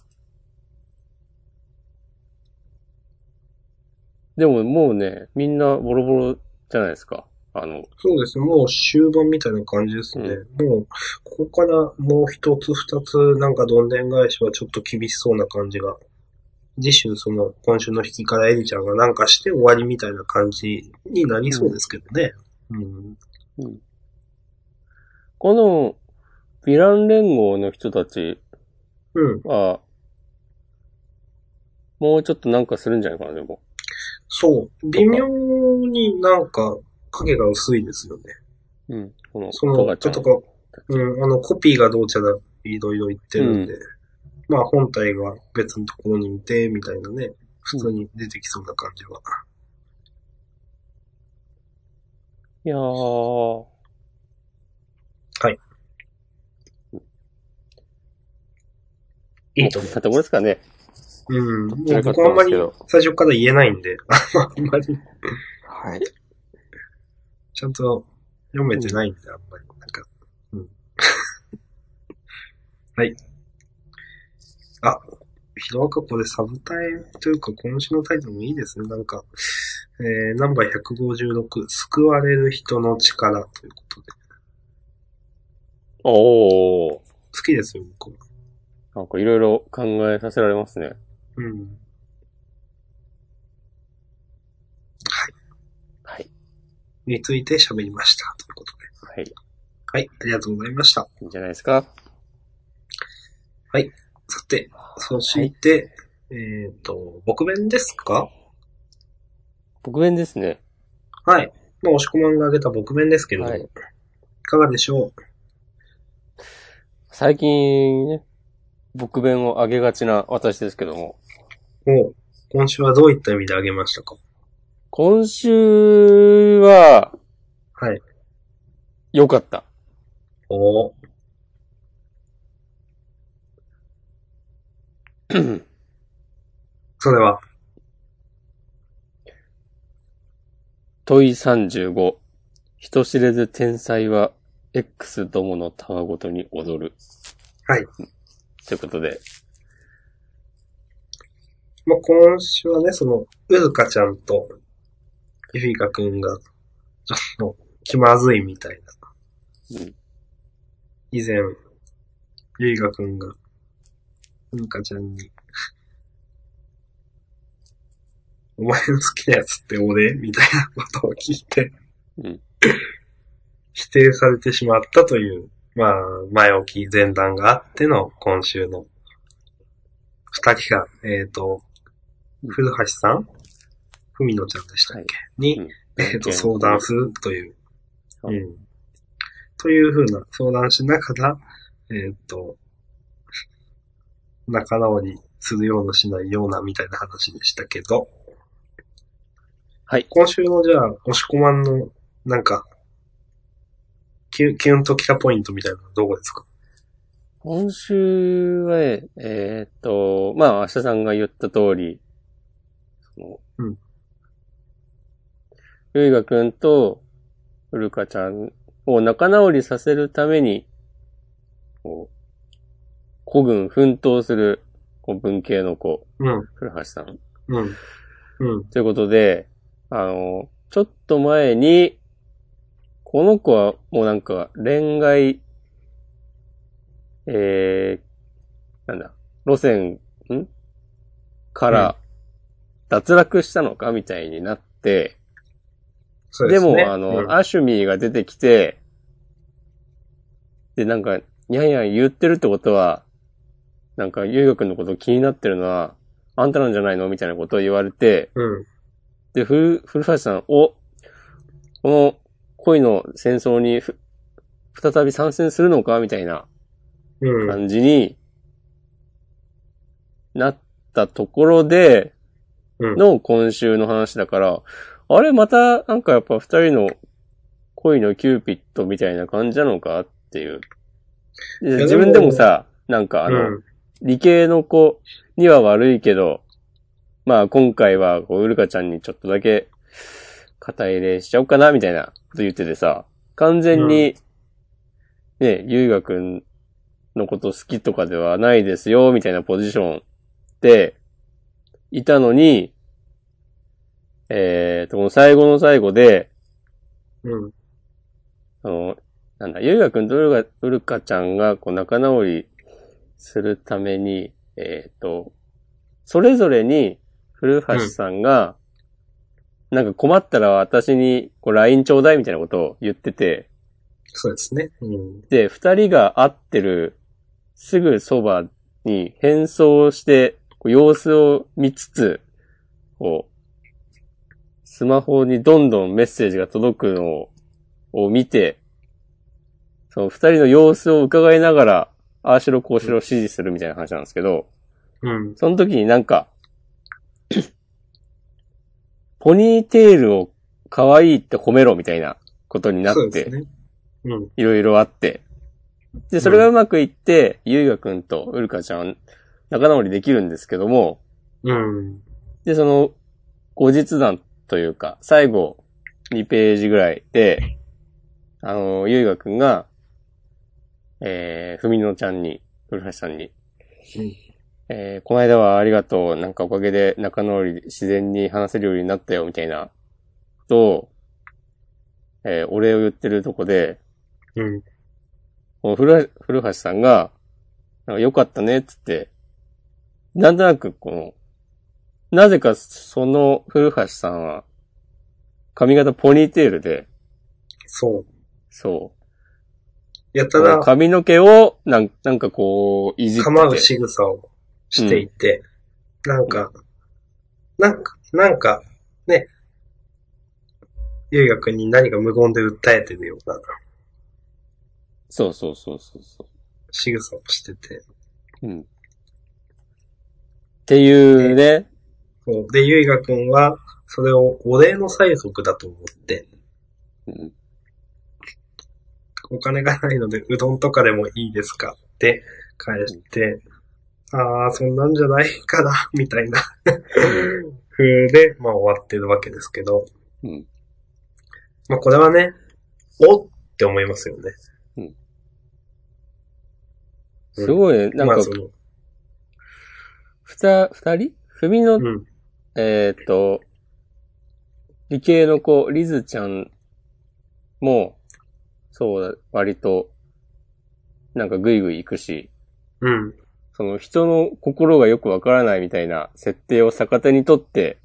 Speaker 1: でももうね、みんなボロボロじゃないですか。あの、
Speaker 2: そうですね。もう終盤みたいな感じですね。もう、ここからもう一つ二つ、なんかどんでん返しはちょっと厳しそうな感じが。次週その、今週の引きからエリちゃんがなんかして終わりみたいな感じになりそうですけどね。うん。
Speaker 1: この、ヴィラン連合の人たち
Speaker 2: うん。
Speaker 1: は、もうちょっとなんかするんじゃないかな、でも。
Speaker 2: そう。微妙になんか影が薄いですよね。
Speaker 1: うん。この、
Speaker 2: そ
Speaker 1: トガ
Speaker 2: の、
Speaker 1: ち
Speaker 2: ち
Speaker 1: ゃ
Speaker 2: ょ
Speaker 1: ん
Speaker 2: っとか、うん、あの、コピーがどうちゃだ、いろいろ言ってるんで、まあ本体が別のところにいて、みたいなね、普通に出てきそうな感じは。
Speaker 1: いやー。
Speaker 2: いいと思
Speaker 1: だってこれですかね。
Speaker 2: う。うん。も
Speaker 1: 辛
Speaker 2: う
Speaker 1: かっ
Speaker 2: 僕
Speaker 1: た
Speaker 2: はあ
Speaker 1: んで
Speaker 2: んますり
Speaker 1: けど
Speaker 2: 最初から言えないんで、 あんまり、
Speaker 1: はい。
Speaker 2: ちゃんと読めてないんで、あんまり。 なんか、うん。はい。ひろあかこれサブタイというか、今週のタイトルもいいですね。なんか、えー、ナンバー156、救われる人の力ということで。
Speaker 1: おー。
Speaker 2: 好きですよ、僕は。
Speaker 1: なんかいろいろ考えさせられますね。
Speaker 2: うん。
Speaker 1: はい。
Speaker 2: について喋りました。ということで。
Speaker 1: はい。い
Speaker 2: はい、ありがとうございました。
Speaker 1: いんじゃないですか。
Speaker 2: さて、そして、えっ、と、僕弁ですか
Speaker 1: 僕弁ですね。
Speaker 2: はい。まあ、押し込まんが挙げた僕弁ですけれども、
Speaker 1: はい
Speaker 2: い、かがでしょう
Speaker 1: 最近ね、僕弁を上げがちな私ですけども、
Speaker 2: おう今週はどういった意味であげましたか
Speaker 1: 今週は
Speaker 2: はい。
Speaker 1: 良かった。
Speaker 2: おうそれは、
Speaker 1: 問い35。人知れず天才は X どもの卵ごとに踊る。
Speaker 2: はい。
Speaker 1: ということで、
Speaker 2: まあ、今週はね、その、うずかちゃんと、ゆフィカくんが、ちょっと、気まずいみたいな。
Speaker 1: うん
Speaker 2: 以前、ゆいかくんが、うずかちゃんに、お前の好きなやつって俺みたいなことを聞いて、
Speaker 1: うん
Speaker 2: 否定されてしまったという、まあ、前置き前段があっての今週の二人が、えっ、
Speaker 1: う
Speaker 2: と、
Speaker 1: ん
Speaker 2: 古橋さんふみのちゃんでしたっけ、に、
Speaker 1: うん
Speaker 2: えっ、と、相談するという。う
Speaker 1: はい
Speaker 2: ん。というふうな相談しながら、えっ、と、仲直りするようなしないようなみたいな話でしたけど。
Speaker 1: はい
Speaker 2: 今週のじゃあ、押し込まんの、なんか、キュン、キュンときたポイントみたいなのはどこですか
Speaker 1: 今週はね、えーっと、まあ、明日さんが言った通り、その、
Speaker 2: うん。
Speaker 1: ゆいがくんと、うるかちゃんを仲直りさせるために、こう、古軍奮闘する、こう、文系の子、
Speaker 2: うん、
Speaker 1: 古橋さん。
Speaker 2: うん、うん、
Speaker 1: ということで、あの、ちょっと前に、この子はもうなんか恋愛、えー、なんだ、路線、んから脱落したのかみたいになって、
Speaker 2: そう
Speaker 1: で
Speaker 2: ですね。
Speaker 1: も、あの、
Speaker 2: うん
Speaker 1: アシュミーが出てきて、で、なんか、にゃんにゃん言ってるってことは、なんか、ゆうがくんのこと気になってるのは、あんたなんじゃないのみたいなことを言われて、
Speaker 2: うん、
Speaker 1: で、ふ、古橋さん、お、この恋の戦争にふ、再び参戦するのかみたいな
Speaker 2: うん、
Speaker 1: 感じになったところで、
Speaker 2: うん
Speaker 1: の今週の話だから、あれまたなんかやっぱ二人の恋のキューピッドみたいな感じなのかっていう。で
Speaker 2: や
Speaker 1: 自分でもさ、なんかあの、
Speaker 2: うん、
Speaker 1: 理系の子には悪いけど、まあ今回はこう、ウルカちゃんにちょっとだけ、肩入れしちゃおうかな、みたいなこと言っててさ、完全に、ね、ゆうがくんのこと好きとかではないですよ、みたいなポジションで、いたのに、えーと、この最後の最後で、
Speaker 2: うん、
Speaker 1: あの、なんだ、ゆうがくんとうるか、うるかちゃんが、こう、仲直りするために、えっ、と、それぞれに、古橋さんが、なんか困ったら私に、こう、LINE ちょうだいみたいなことを言ってて、
Speaker 2: そうですね。うん。
Speaker 1: で、二人が会ってる、すぐそばに変装して、こう様子を見つつ、こう、スマホにどんどんメッセージが届くのを、を見て、その二人の様子を伺いながら、ああしろこうしろ指示するみたいな話なんですけど、
Speaker 2: うん。
Speaker 1: その時になんか、 ポニーテールを可愛いって褒めろみたいなことになっ
Speaker 2: そうで
Speaker 1: て
Speaker 2: す、ね。うん。
Speaker 1: いろいろあって。で、それがうまくいって、ゆうがくんとうるかちゃんは仲直りできるんですけども、
Speaker 2: うん。
Speaker 1: で、その、後日談というか、最後、2ページぐらいで、あの、ゆうがくんが、えー、ふみのちゃんに、古橋さんに、
Speaker 2: うん
Speaker 1: えーこの間はありがとう、なんかおかげで仲直り、自然に話せるようになったよ、みたいな、と、えーお礼を言ってるとこで、
Speaker 2: うん。
Speaker 1: この古橋古橋さんが、なんか良かったね、っつって、なんとなくこの、なぜかその古橋さんは、髪型ポニーテールで、
Speaker 2: そう。
Speaker 1: そう。
Speaker 2: やたら、
Speaker 1: 髪の毛をなん、なんかこう、いじってて。
Speaker 2: 構う仕草をしていて、なんか、なんか、なんか、ね、ゆうやくんに何か無言で訴えてるような
Speaker 1: そうそうそうそうそう。
Speaker 2: 仕草をしてて、
Speaker 1: うん。っていうね。
Speaker 2: そうで、ゆいがくんは、それをお礼の催促だと思って、
Speaker 1: うん
Speaker 2: お金がないので、うどんとかでもいいですかって返して、ああ、そんなんじゃないかな、みたいな風で、まあ終わってるわけですけど、
Speaker 1: うん。
Speaker 2: まあこれはね、おって思いますよね。
Speaker 1: すごいね。なん
Speaker 2: ま
Speaker 1: か
Speaker 2: あ、その、
Speaker 1: ふた、二人文の、
Speaker 2: うん。
Speaker 1: えーっと、理系の子、リズちゃんも、そうだ、割と、なんかグイグイ行くし、
Speaker 2: うん。
Speaker 1: その人の心がよくわからないみたいな設定を逆手にとって、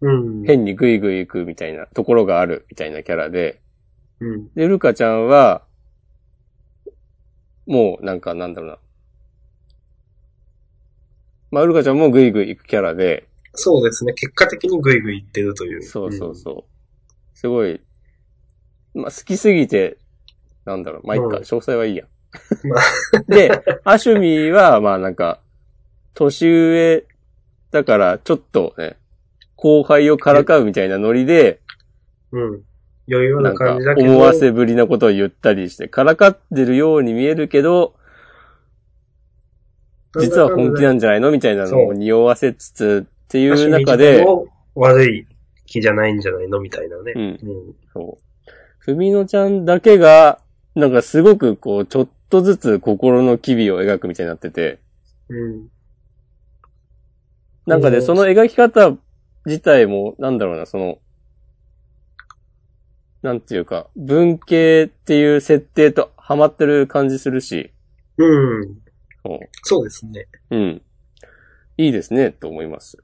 Speaker 2: うん。
Speaker 1: 変にグイグイ行くみたいなところがあるみたいなキャラで、
Speaker 2: うん。
Speaker 1: で、ルカちゃんは、もう、なんか、なんだろうな。まあ、ルカちゃんもグイグイ行くキャラで、
Speaker 2: そうですね。結果的にグイグイいってるという。
Speaker 1: そうそうそうう。すごい、まあ、好きすぎて、なんだろう、まあ、いっか、
Speaker 2: うん
Speaker 1: 詳細はいいや
Speaker 2: まあ。
Speaker 1: で、アシュミーは、まあ、なんか、年上だから、ちょっとね、後輩をからかうみたいなノリで、
Speaker 2: ん。うん。余裕
Speaker 1: な
Speaker 2: なん
Speaker 1: か
Speaker 2: 感じだけど。
Speaker 1: 思わせぶりなことを言ったりして、からかってるように見えるけど、実は本気なんじゃないのみたいなのを匂わせつつってい
Speaker 2: て
Speaker 1: う中で、、
Speaker 2: 悪い気じゃないんじゃないのみたいなね。
Speaker 1: うん。
Speaker 2: うん。
Speaker 1: そう。ふみのちゃんだけが、なんかすごくこう、ちょっとずつ心の機微を描くみたいになってて、
Speaker 2: うん。
Speaker 1: なんか
Speaker 2: う
Speaker 1: で、
Speaker 2: ん
Speaker 1: その描き方自体も、なんだろうな、その、なんていうか、文系っていう設定とハマってる感じするし、
Speaker 2: うん。
Speaker 1: そう
Speaker 2: そうですね。
Speaker 1: うん。いいですね、と思います。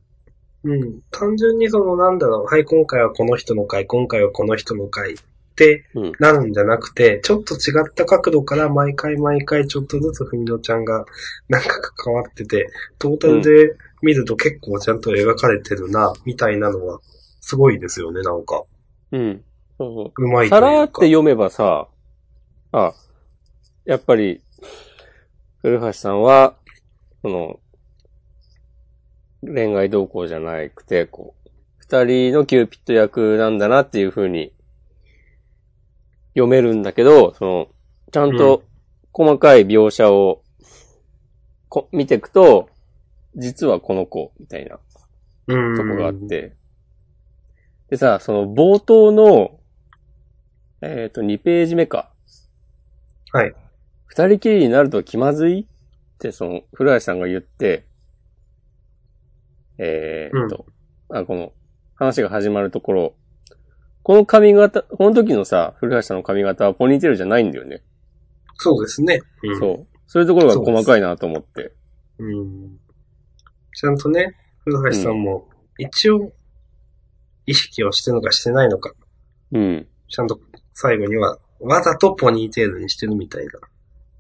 Speaker 2: うん。単純にその、なんだろう、はい、今回はこの人の回、今回はこの人の回って
Speaker 1: うん
Speaker 2: なるんじゃなくて、ちょっと違った角度から毎回毎回ちょっとずつふみのちゃんがなんか関わってて、トータルで見ると結構ちゃんと描かれてるな、みたいなのは、すごいですよね、なんか。
Speaker 1: うん。そう
Speaker 2: う
Speaker 1: そ
Speaker 2: ま
Speaker 1: う。
Speaker 2: いと
Speaker 1: さ
Speaker 2: いうか。
Speaker 1: らって読めばさ、あ、やっぱり、古橋さんは、その、恋愛動向じゃなくて、こう、二人のキューピット役なんだなっていう風に、読めるんだけど、その、ちゃんと細かい描写を、こ見ていくと、実はこの子、みたいな。
Speaker 2: うん。
Speaker 1: とこがあって。でさ、その冒頭の、えっ、と、2ページ目か。
Speaker 2: はい。
Speaker 1: 二人きりになると気まずいって、その、古橋さんが言って、えっ、と、あ、この、話が始まるところ、この髪型、この時のさ、古橋さんの髪型はポニーテールじゃないんだよね。
Speaker 2: そうですね。うん
Speaker 1: そう。そういうところが細かいなと思って。
Speaker 2: うんちゃんとね、古橋さんも、一応、意識をしてるのかしてないのか、
Speaker 1: うん。
Speaker 2: ちゃんと最後には、わざとポニーテールにしてるみたいな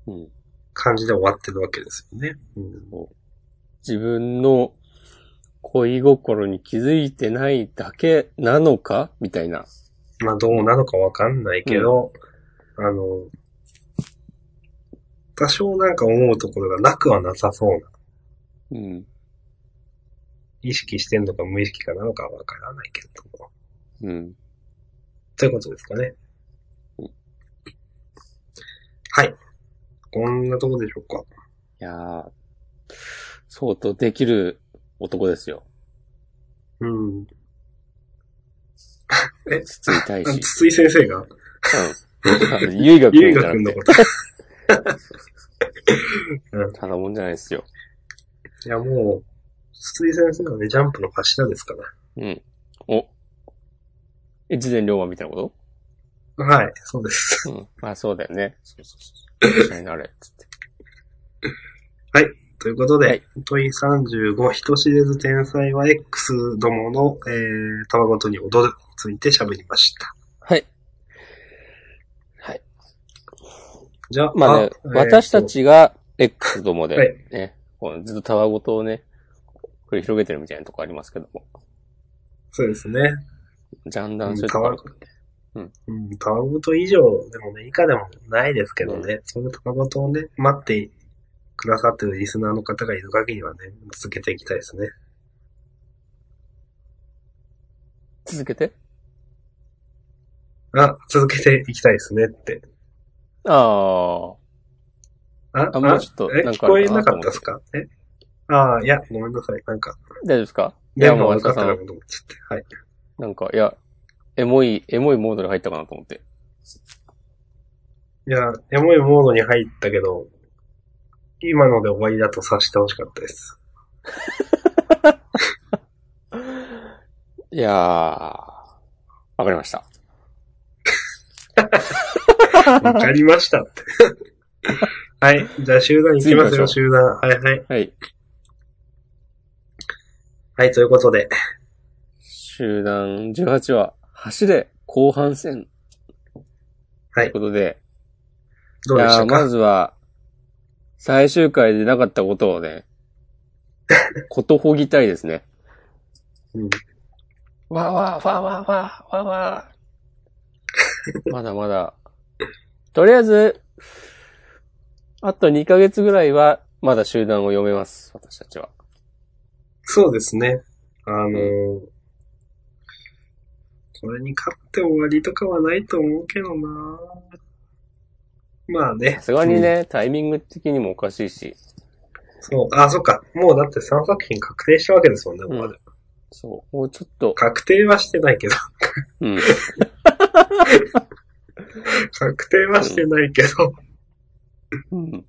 Speaker 1: うん。
Speaker 2: 感じで終わってるわけですよね。うん、
Speaker 1: 自分の恋心に気づいてないだけなのかみたいな。
Speaker 2: まあ、どうなのかわかんないけど、あの、多少なんか思うところがなくはなさそうな。
Speaker 1: うん。
Speaker 2: 意識してんのか無意識かなのかはわからないけれども。
Speaker 1: うん。
Speaker 2: ということですかね
Speaker 1: う。
Speaker 2: はい。こんなとこでしょうか。
Speaker 1: いやー、相当できる男ですよ。
Speaker 2: うん。え、
Speaker 1: 筒井大
Speaker 2: あ
Speaker 1: 志。
Speaker 2: 筒井先生が、
Speaker 1: うん。ゆいがく
Speaker 2: ゆ
Speaker 1: ん
Speaker 2: い
Speaker 1: じ
Speaker 2: が
Speaker 1: ゃ
Speaker 2: くん
Speaker 1: な
Speaker 2: の
Speaker 1: くて、
Speaker 2: こと。
Speaker 1: ただもんじゃないですよ。
Speaker 2: いや、もう、筒井先生はね、ジャンプの頭ですか
Speaker 1: うん。お。え、事前龍馬みたいなこ
Speaker 2: ら。はい、そうです。
Speaker 1: とうん。まあそうだよね。そうそうそう。一緒になれ。つって。
Speaker 2: ということで、
Speaker 1: はい
Speaker 2: 問い35、人知れず天才は X どもの、えー、たわごとに踊るについて喋りました。
Speaker 1: はい。
Speaker 2: じゃあ、
Speaker 1: まあね、
Speaker 2: えーと
Speaker 1: 私た。ちが X どもで、
Speaker 2: はい
Speaker 1: ね、こうずっとたわごとをね、繰り広げてるみたいなとこありますけども。
Speaker 2: そうですね。
Speaker 1: ジャンダン
Speaker 2: う
Speaker 1: す
Speaker 2: ん
Speaker 1: ると
Speaker 2: た
Speaker 1: こあ
Speaker 2: わ
Speaker 1: る
Speaker 2: ごと。
Speaker 1: うん
Speaker 2: うん、たわごと以上でもね、以下でもないですけどね、そういうたわごとをね、待ってくださってるリスナーの方がいる限りはね、続けていきたいですね。
Speaker 1: 続けて。
Speaker 2: あ、続けていきたいですねって。
Speaker 1: あ
Speaker 2: あ、
Speaker 1: あ。あ、もうちょっと、
Speaker 2: え、
Speaker 1: なん
Speaker 2: 聞
Speaker 1: かあ
Speaker 2: こえ
Speaker 1: るか
Speaker 2: な
Speaker 1: なと
Speaker 2: かっ
Speaker 1: 思ったて
Speaker 2: で。すかえああ、いや、ごめんなさい。なんか、
Speaker 1: 大丈夫ですかい
Speaker 2: 電
Speaker 1: や、
Speaker 2: 波
Speaker 1: もう、
Speaker 2: 悪
Speaker 1: 安
Speaker 2: か
Speaker 1: 田
Speaker 2: った
Speaker 1: さ
Speaker 2: なんと、思っちゃって。
Speaker 1: なんか、いや、エモい、エモいモードに入ったかなと思って。
Speaker 2: はい。いや、エモいモードに入ったけど、今ので終わりだとさしてほしかったです。
Speaker 1: いやー、わかりました。
Speaker 2: わかりましたって。 はい。じゃあ、集団いきますよ、集団。はいはい。
Speaker 1: はい。
Speaker 2: はい、ということで。
Speaker 1: 集団18話、走れ、後半戦。
Speaker 2: はい
Speaker 1: ということで、
Speaker 2: どうでし
Speaker 1: いや
Speaker 2: た
Speaker 1: ーま
Speaker 2: か
Speaker 1: ずは、最終回でなかったことを ね、ことほぎたいですね。
Speaker 2: うん
Speaker 1: わーわー、わーわーわー、わーわー。まだまだ。とりあえず、あと2ヶ月ぐらいは、まだ集団を読めます、私たちは。
Speaker 2: そうですね。あのーこれに勝って終わりとかはないと思うけどなまあね。
Speaker 1: さすがにね、タイミング的にもおかしいし、
Speaker 2: そう。あ、そっか。もうだって3作品確定したわけですもんね、ここまで。
Speaker 1: そう、もうちょっと、
Speaker 2: 確定はしてないけど。
Speaker 1: うん。
Speaker 2: 確定はしてないけど。
Speaker 1: うん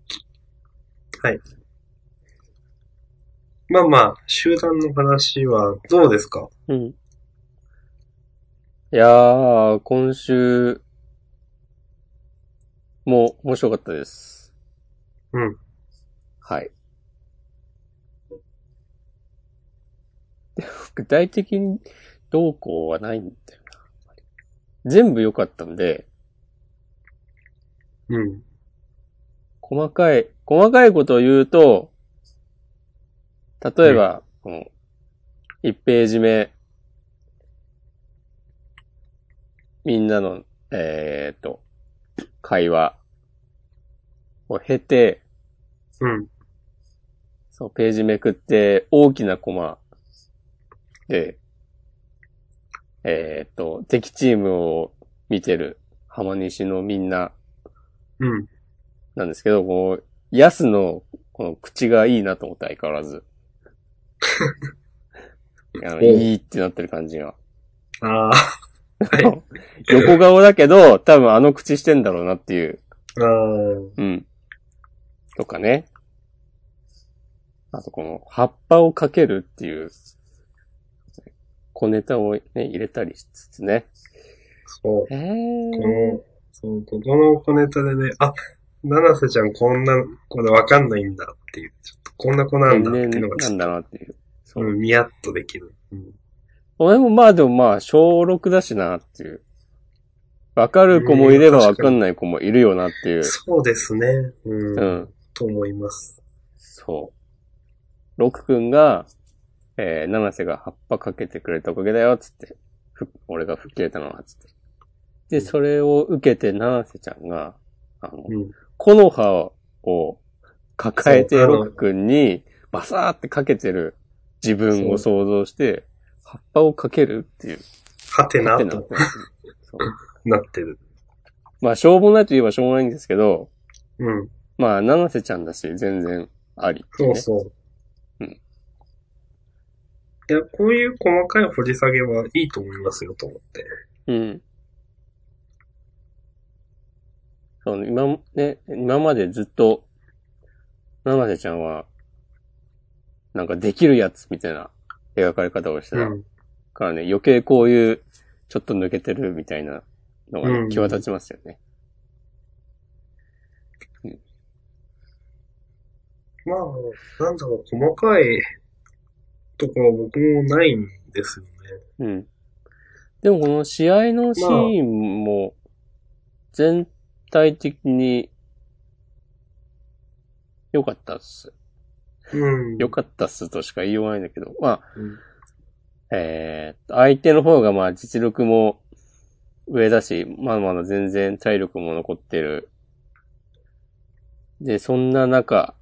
Speaker 2: まあまあ、集団の話はどうですか
Speaker 1: うん。いやー、今週、もう面白かったです。
Speaker 2: うん。
Speaker 1: はい。 具体的にどうこうはないんだよな。全部良かったんで、
Speaker 2: うん。
Speaker 1: 細かい、細かいことを言うと、例えば、この、1ページ目、みんなの、えーっと、会話を経て、
Speaker 2: うん。
Speaker 1: そう、ページめくって、大きなコマで、えーっと、敵チームを見てる浜西のみんな、
Speaker 2: うん。
Speaker 1: なんですけど、こう、ヤスの、この口がいいなと思って相変わら ず。あの
Speaker 2: おう
Speaker 1: いいってなってる感じが。
Speaker 2: ああ。はい。
Speaker 1: 横顔だけど、多分あの口してんだろうなっていう。
Speaker 2: あー
Speaker 1: うん。とかね。あとこの、葉っぱをかけるっていう、小ネタをね、入れたりしつつね。
Speaker 2: そう。
Speaker 1: え
Speaker 2: この、そう、ここの小ネタでね、あ、七瀬ちゃんこんな子でわかんないんだっていう、ちょっとこんな子なんだって
Speaker 1: 天
Speaker 2: いう
Speaker 1: 然
Speaker 2: のが
Speaker 1: な
Speaker 2: ちょ
Speaker 1: ん
Speaker 2: っ
Speaker 1: だなっていう。
Speaker 2: と、
Speaker 1: そう
Speaker 2: うん、ニヤッとできる。うん。
Speaker 1: 俺もまあでもまあ小6だしなっていう。わかる子もいれば
Speaker 2: うん
Speaker 1: わ
Speaker 2: 確か
Speaker 1: か
Speaker 2: に
Speaker 1: んない子もいるよなっていう。
Speaker 2: そうですね。うん。
Speaker 1: うん。
Speaker 2: と思います。
Speaker 1: そう。ロクくんが、えー、七瀬が葉っぱかけてくれたおかげだよ、つって。ふ俺が吹っ切れたのは、つって。で、それを受けて七瀬ちゃんが、あの、
Speaker 2: うん。
Speaker 1: 木の葉を抱えて
Speaker 2: そうあの
Speaker 1: ロクくんに、バサーってかけてる自分を想像して、葉っぱをかけるっていう。
Speaker 2: はてな
Speaker 1: ってなっ
Speaker 2: と
Speaker 1: てますそう
Speaker 2: なってる。
Speaker 1: まあ、しょうもないといえばしょうもないんですけど、
Speaker 2: うん。
Speaker 1: まあ、七瀬ちゃんだし、全然ありってい
Speaker 2: そうう
Speaker 1: ね、
Speaker 2: そう。
Speaker 1: うん
Speaker 2: いや、こういう細かい掘り下げはいいと思いますよ、と思って。
Speaker 1: うん。そう、今も、ね、今までずっと、七瀬ちゃんは、なんかできるやつみたいな描かれ方をして
Speaker 2: う
Speaker 1: た
Speaker 2: ん。
Speaker 1: からね、余計こういう、ちょっと抜けてるみたいなのがね、
Speaker 2: うん
Speaker 1: 際立ちますよね。
Speaker 2: まあ、なんだろう、細かいところ僕もないんですよね。
Speaker 1: うん。でもこの試合のシーンも、全体的に、良かったっす。
Speaker 2: うん。
Speaker 1: 良かったっすとしか言いようがないんだけど、まあ、
Speaker 2: うん
Speaker 1: えー、相手の方がまあ実力も上だし、まあまだ全然体力も残ってる。で、そんな中、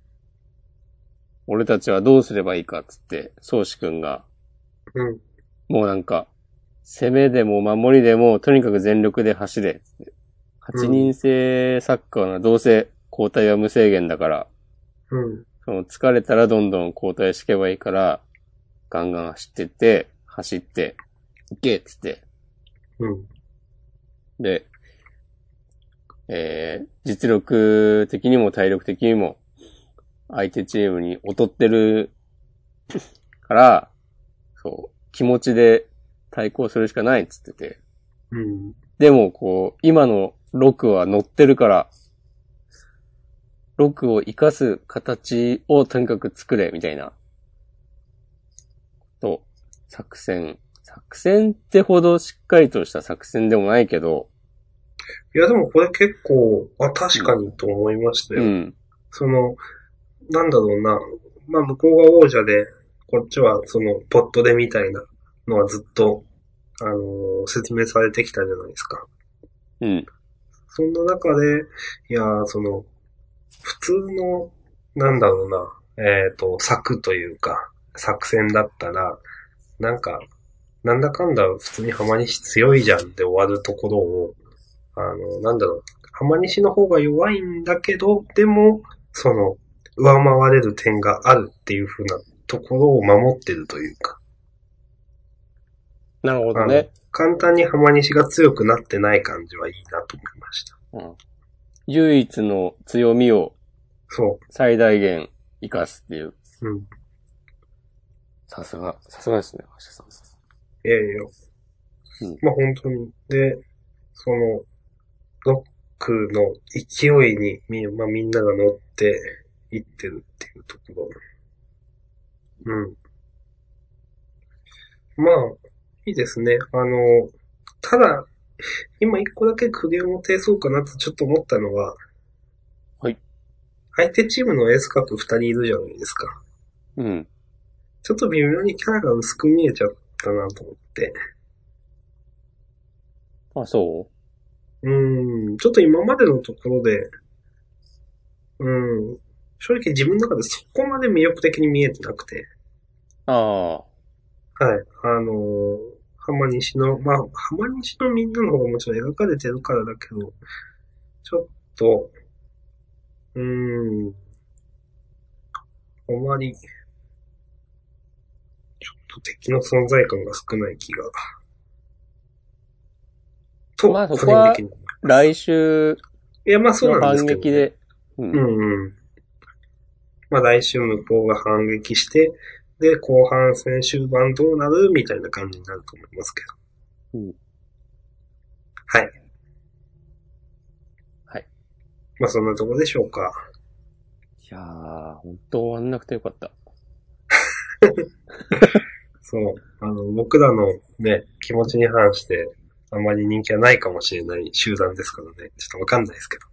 Speaker 1: 俺たちはどうすればいいかっつって、宗志くんが、
Speaker 2: うん。
Speaker 1: もうなんか、攻めでも守りでも、とにかく全力で走れっつって。8人制サッカーならどうせ交代は無制限だから、
Speaker 2: うん。
Speaker 1: その疲れたらどんどん交代していけばいいから、ガンガン走ってって、走って、行けっつって。
Speaker 2: うん。
Speaker 1: で、えー、実力的にも体力的にも、相手チームに劣ってるから、そう、気持ちで対抗するしかないっつってて。
Speaker 2: うん。
Speaker 1: でも、こう、今の6は乗ってるから、6を活かす形をとにかく作れ、みたいな。と、作戦。作戦ってほどしっかりとした作戦でもないけど、
Speaker 2: いや、でもこれ結構、あ、確かにと思いました
Speaker 1: う
Speaker 2: よ。
Speaker 1: ん。
Speaker 2: その、なんだろうな、まあ向こうが王者で、こっちはその、ポットでみたいなのはずっと、あのー説明されてきたじゃないですか。
Speaker 1: うん。
Speaker 2: そんな中で、いやー、その、普通の、なんだろうな、えっ、と、策というか、作戦だったら、なんか、なんだかんだ普通に浜西強いじゃんって終わるところを、あの、なんだろう、浜西の方が弱いんだけど、でも、その、上回れる点があるっていう風なところを守ってるというか、
Speaker 1: なるほどね。
Speaker 2: 簡単に浜西が強くなってない感じはいいなと思いました。
Speaker 1: うん、唯一の強みを
Speaker 2: そ
Speaker 1: 最大限活かすっていう。
Speaker 2: う。うん。
Speaker 1: さすが、さすがですね、橋田さん。
Speaker 2: いやいや。
Speaker 1: うん
Speaker 2: まあ本当に。で、その、ロックの勢いにみ,、まあ、みんなが乗っていってるっていうところ。うん。まあ、いいですね。あの、ただ、今一個だけ苦言を呈そうかなとちょっと思ったのは、
Speaker 1: はい。
Speaker 2: 相手チームのエースカップ二人いるじゃないですか。
Speaker 1: うん。
Speaker 2: ちょっと微妙にキャラが薄く見えちゃったなと思って。
Speaker 1: あ、そう
Speaker 2: ーん、ちょっと今までのところで、うん、正直自分の中でそこまで魅力的に見えてなくて、
Speaker 1: うああ。
Speaker 2: はい、あのー浜西の、まあ、浜西のみんなの方がもちろん描かれてるからだけど、ちょっと、うーん、あまり、ちょっと敵の存在感が少ない気が。と、
Speaker 1: まあそこは
Speaker 2: 個人的に
Speaker 1: 来週
Speaker 2: いや、まあそう
Speaker 1: の
Speaker 2: なんです
Speaker 1: 反
Speaker 2: けど、
Speaker 1: 撃で、う。
Speaker 2: うんんうん。まあ来週向こうが反撃して、で、後半戦終盤どうなるみたいな感じになると思いますけど。
Speaker 1: うん
Speaker 2: はい。
Speaker 1: はい。
Speaker 2: まあそんなとこでしょうか。
Speaker 1: いやー、本当終わんなくてよかった。
Speaker 2: そう。あの、僕らのね、気持ちに反して、あまり人気はないかもしれない集団ですからね。ちょっとわかんないですけど。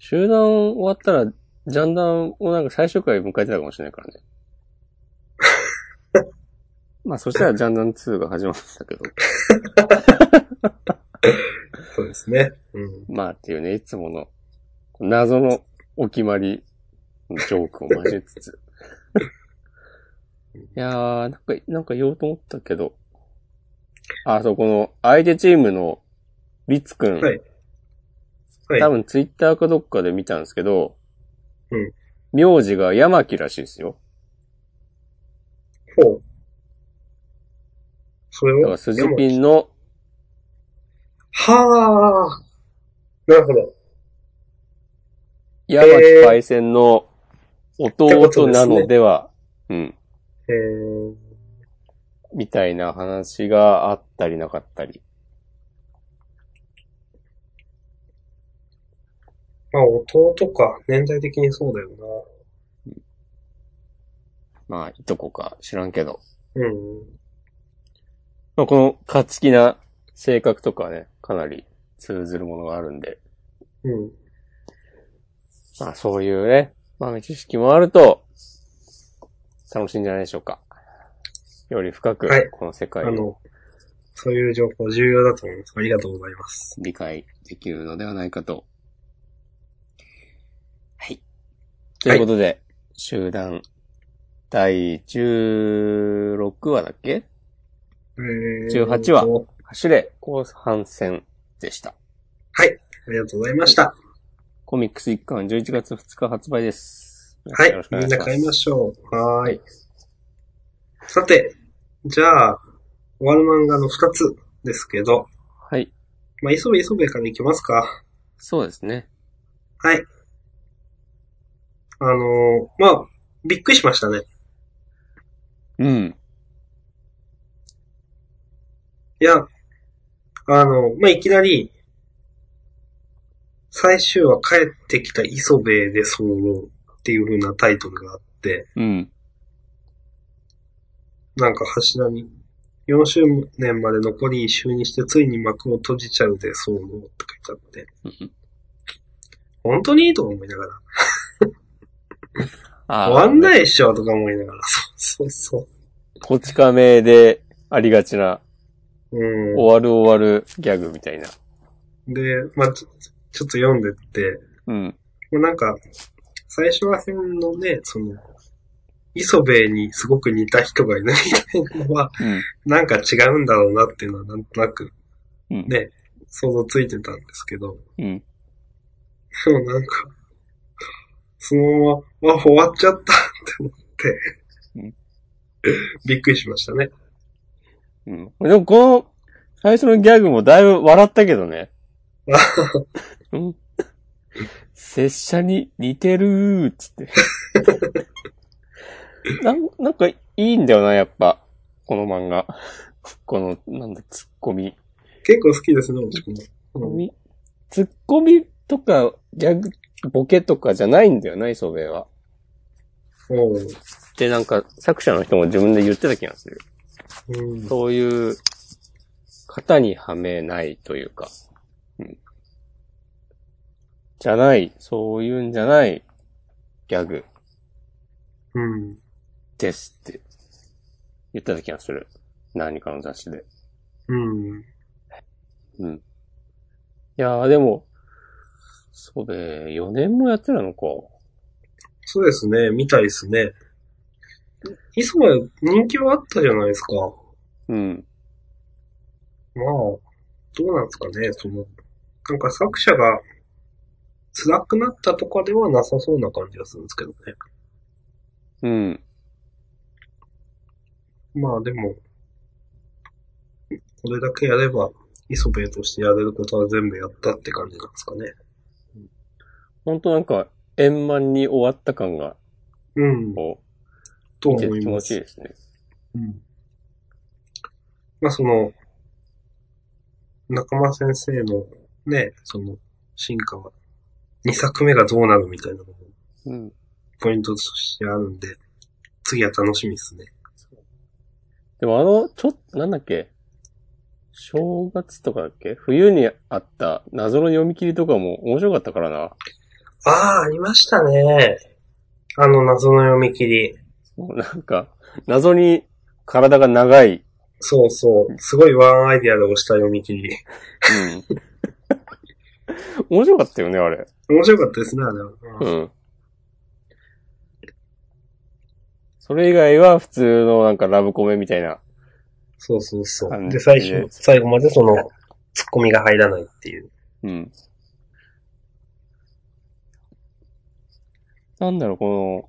Speaker 1: 集団終わったら、ジャンダンをなんか最終回迎えてたかもしれないからね。 まあそしたらジャンダン2が始まったけど。
Speaker 2: そうですね。うん。
Speaker 1: まあっていうね、いつもの謎のお決まりのジョークを交えつ つ。いやー、なんか、なんか言おうと思ったけど。あ、そう、この相手チームのリツくん。
Speaker 2: はいはい
Speaker 1: 多。分ツイッターかどっかで見たんですけど、
Speaker 2: うん
Speaker 1: 名字が山木らしいですよ。
Speaker 2: ほう。それ
Speaker 1: だ
Speaker 2: を。
Speaker 1: から、スジピンの、
Speaker 2: はあ。なるほど。
Speaker 1: 山木パイセンの弟なのではうん。
Speaker 2: えー、
Speaker 1: みたいな話があったりなかったり。
Speaker 2: まあ弟か、年代的にそうだよ
Speaker 1: まあ、いとこか知らんけど。
Speaker 2: な。うん。
Speaker 1: まあ、この、勝ち気な性格とかね、かなり通ずるものがあるんで。
Speaker 2: うん。
Speaker 1: まあ、そういうね、豆知識もあると、楽しいんじゃないでしょうか。より深く
Speaker 2: はい、
Speaker 1: この世界
Speaker 2: あ
Speaker 1: を
Speaker 2: の、そういう情報重要だと思います。ありがとうございます。
Speaker 1: 理解できるのではないかと。はい。ということで、集団、第16話だっけ
Speaker 2: えー
Speaker 1: 18話走れ、後半戦でした。
Speaker 2: ありがとうございました。
Speaker 1: コミックス1巻11月2日発売です。
Speaker 2: はい
Speaker 1: よろし。くお
Speaker 2: み
Speaker 1: 願い
Speaker 2: ん
Speaker 1: し
Speaker 2: な
Speaker 1: ます
Speaker 2: 買いましょう。はーい。さて、じゃあ、終わる漫画の2つですけど、
Speaker 1: はい。
Speaker 2: まあ、磯部磯部からいきますか。
Speaker 1: そうですね。
Speaker 2: はい。あのーまあ、びっくりしましたね。
Speaker 1: うん。
Speaker 2: いや、あの、まあ、いきなり、最終話帰ってきた磯部で騒動っていう風なタイトルがあって、
Speaker 1: うん。
Speaker 2: なんか柱に、4周年まで残り1周にしてついに幕を閉じちゃうで騒動って書いてあって、本当にいいとか思いながら、
Speaker 1: あー
Speaker 2: 終わんないっしょとか思いながら、そうそう
Speaker 1: こち亀でありがちな、
Speaker 2: そう。うん。
Speaker 1: 終わる終わるギャグみたいな。
Speaker 2: で、まあ、ちょちょっと読んでって、
Speaker 1: うん。
Speaker 2: もうなんか、最初ら辺のね、その、磯部にすごく似た人がいないみたいなのは、
Speaker 1: うん。
Speaker 2: なんか違うんだろうなっていうのはなんとなく
Speaker 1: うん。
Speaker 2: ね想像ついてたんですけど、
Speaker 1: うん。
Speaker 2: でもなんか、そのまま、あ、終わっちゃったって思
Speaker 1: うん
Speaker 2: って、びっくりしましたね。
Speaker 1: うん。でもこの、最初のギャグもだいぶ笑ったけどね。うん。拙者に似てるーっつって。 なんなんかいいんだよな、やっぱ。この漫画。この、なんだ、ツッコミ。
Speaker 2: 結構好きですね、私も。うん
Speaker 1: ツッコミとか、ギャグ、ボケとかじゃないんだよな、磯部は。
Speaker 2: おう
Speaker 1: で、なんか、作者の人も自分で言ってた気がする。
Speaker 2: うん。
Speaker 1: そういう、型にはめないというか、うん。じゃない、そういうんじゃない、ギャグ
Speaker 2: うん。
Speaker 1: ですって、言ってた気がする。何かの雑誌で。
Speaker 2: うん。
Speaker 1: うん。いやー、でも、そうで、4年もやってたのか。
Speaker 2: そうですね、みたいですね。磯部人気はあったじゃないですか。
Speaker 1: うん。
Speaker 2: まあ、どうなんですかね、その、なんか作者が辛くなったとかではなさそうな感じがするんですけどね。
Speaker 1: うん。
Speaker 2: まあでも、これだけやれば、磯部としてやれることは全部やったって感じなんですかね。
Speaker 1: ほんとなんか、円満に終わった感が、
Speaker 2: うん、
Speaker 1: ことう、見て
Speaker 2: 思
Speaker 1: て
Speaker 2: い
Speaker 1: 気持
Speaker 2: ま
Speaker 1: ちいい
Speaker 2: す。
Speaker 1: ですね。
Speaker 2: うん。まあその、仲間先生のね、その、進化は、2作目がどうなるみたいなのも
Speaker 1: うん。
Speaker 2: ポイントとしてあるんで、次は楽しみですね。
Speaker 1: でもあの、ちょっと、なんだっけ正月とかだっけ冬にあった謎の読み切りとかも面白かったからな。
Speaker 2: ああ、ありましたね。あの謎の読み切り。
Speaker 1: もうなんか、謎に体が長い。
Speaker 2: そうそう。すごいワンアイデアで押した読み切り。
Speaker 1: うん。面白かったよね、あれ。
Speaker 2: 面白かったですね、あれは。
Speaker 1: う
Speaker 2: うん
Speaker 1: ん。それ以外は普通のなんかラブコメみたいな。
Speaker 2: そうそうそ
Speaker 1: 感
Speaker 2: う。
Speaker 1: じ
Speaker 2: で、
Speaker 1: で
Speaker 2: 最初、最後までその、ツッコミが入らないっていう。
Speaker 1: うん。なんだろう、この、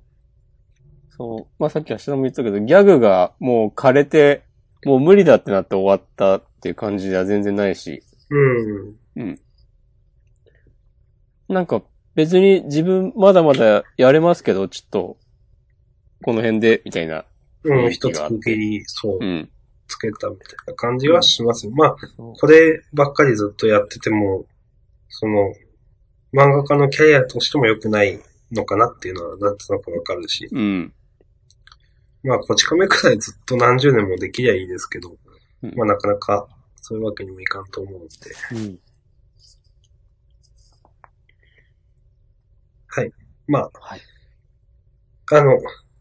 Speaker 1: そう、まあ、さっき明日も言ったけど、ギャグがもう枯れて、もう無理だってなって終わったっていう感じでは全然ないし、
Speaker 2: うん。
Speaker 1: なんか別に自分まだまだやれますけど、ちょっと、この辺で、みたいな。
Speaker 2: う、
Speaker 1: うんん
Speaker 2: 一つ区切り、そう
Speaker 1: う、ん。
Speaker 2: つけたみたいな感じはします。まあ、こればっかりずっとやってても、その、漫画家のキャリアとしても良くないのかなっていうのは、なんとなくわかるし。
Speaker 1: うん。
Speaker 2: まあ、こち亀くらいずっと何十年もできりゃいいですけど、
Speaker 1: うん
Speaker 2: まあ、なかなか、そういうわけにもいかんと思うので。
Speaker 1: うん。
Speaker 2: まあ、
Speaker 1: はい
Speaker 2: あの、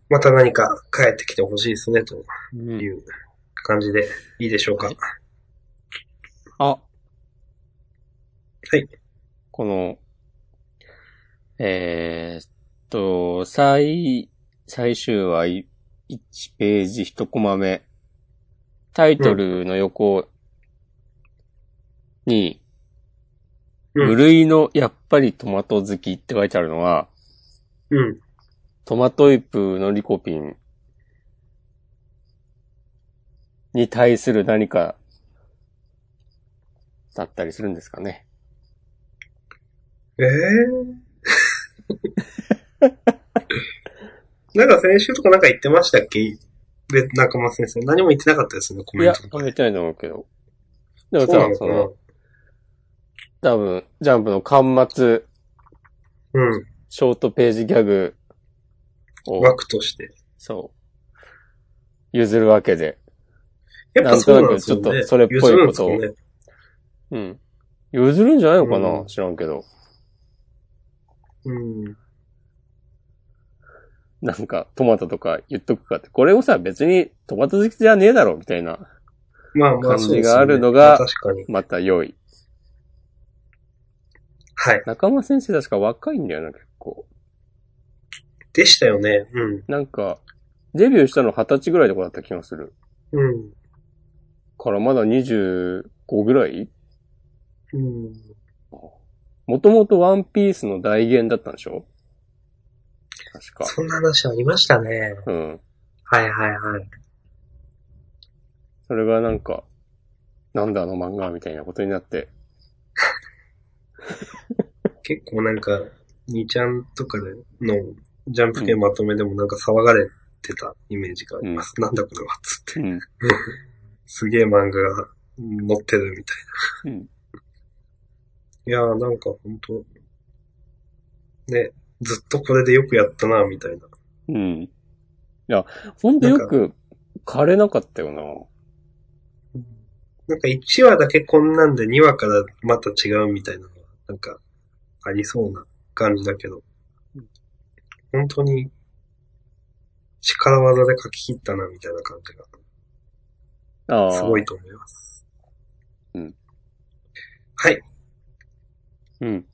Speaker 2: また何か帰ってきてほしいですね、という感じでいいでしょうか。。
Speaker 1: はいあ。はいこの、えーっと、最、最終話1ページ1コマ目。タイトルの横に、
Speaker 2: うん
Speaker 1: 無類のやっぱりトマト好きって書いてあるのは、
Speaker 2: うん。
Speaker 1: トマトイプのリコピンに対する何かだったりするんですかね。
Speaker 2: ええ なんか先週とかなんか言ってましたっけで、中間先生。何も言ってなかったですね、コ
Speaker 1: い
Speaker 2: メン
Speaker 1: や、
Speaker 2: トとか。
Speaker 1: 食べてないと思うけど。でも
Speaker 2: そうな
Speaker 1: さ、
Speaker 2: の
Speaker 1: そ
Speaker 2: か
Speaker 1: の、多分、ジャンプの巻末、
Speaker 2: なうん。
Speaker 1: ショートページギャグを、
Speaker 2: 枠として。
Speaker 1: そう、譲るわけで。
Speaker 2: やっぱそうなんですよ、ね。
Speaker 1: なんとなくちょっとそれっぽいことを
Speaker 2: 譲るんですよね
Speaker 1: うん。譲るんじゃないのかな、
Speaker 2: うん
Speaker 1: 知らんけど。
Speaker 2: うん。
Speaker 1: なんか、トマトとか言っとくかって。これをさ、別にトマト好きじゃねえだろ、みたいな。
Speaker 2: まあまあ、
Speaker 1: 感
Speaker 2: そうですよね
Speaker 1: じがあるのが
Speaker 2: 確かに。
Speaker 1: また良い。
Speaker 2: はい。
Speaker 1: 中間先生確か若いんだよな、結構。
Speaker 2: でしたよね。うん。
Speaker 1: なんか、デビューしたの二十歳ぐらいとかだった気がする。
Speaker 2: うん。
Speaker 1: からまだ25ぐらい
Speaker 2: うん。
Speaker 1: もともとワンピースの代言だったんでしょ確か。
Speaker 2: そんな話ありましたね。
Speaker 1: うん。
Speaker 2: はいはいはい。
Speaker 1: それがなんか、なんだあの漫画みたいなことになって。
Speaker 2: 結構なんか、2ちゃんとかでのジャンプ系まとめでもなんか騒がれてたイメージがあります。なんだこれはっつって。
Speaker 1: うん。
Speaker 2: すげえ漫画が載ってるみたいな。
Speaker 1: うん
Speaker 2: いやーなんかほんと、ね、ずっとこれでよくやったな、みたいな。
Speaker 1: うん。いや、ほんとよく枯れなかったよな。
Speaker 2: なんか1話だけこんなんで2話からまた違うみたいなのが、なんか、ありそうな感じだけど。本当に、力技で書き切ったな、みたいな感じ
Speaker 1: ああ。
Speaker 2: が、すごい。と思います。
Speaker 1: うん。
Speaker 2: はい。
Speaker 1: うん。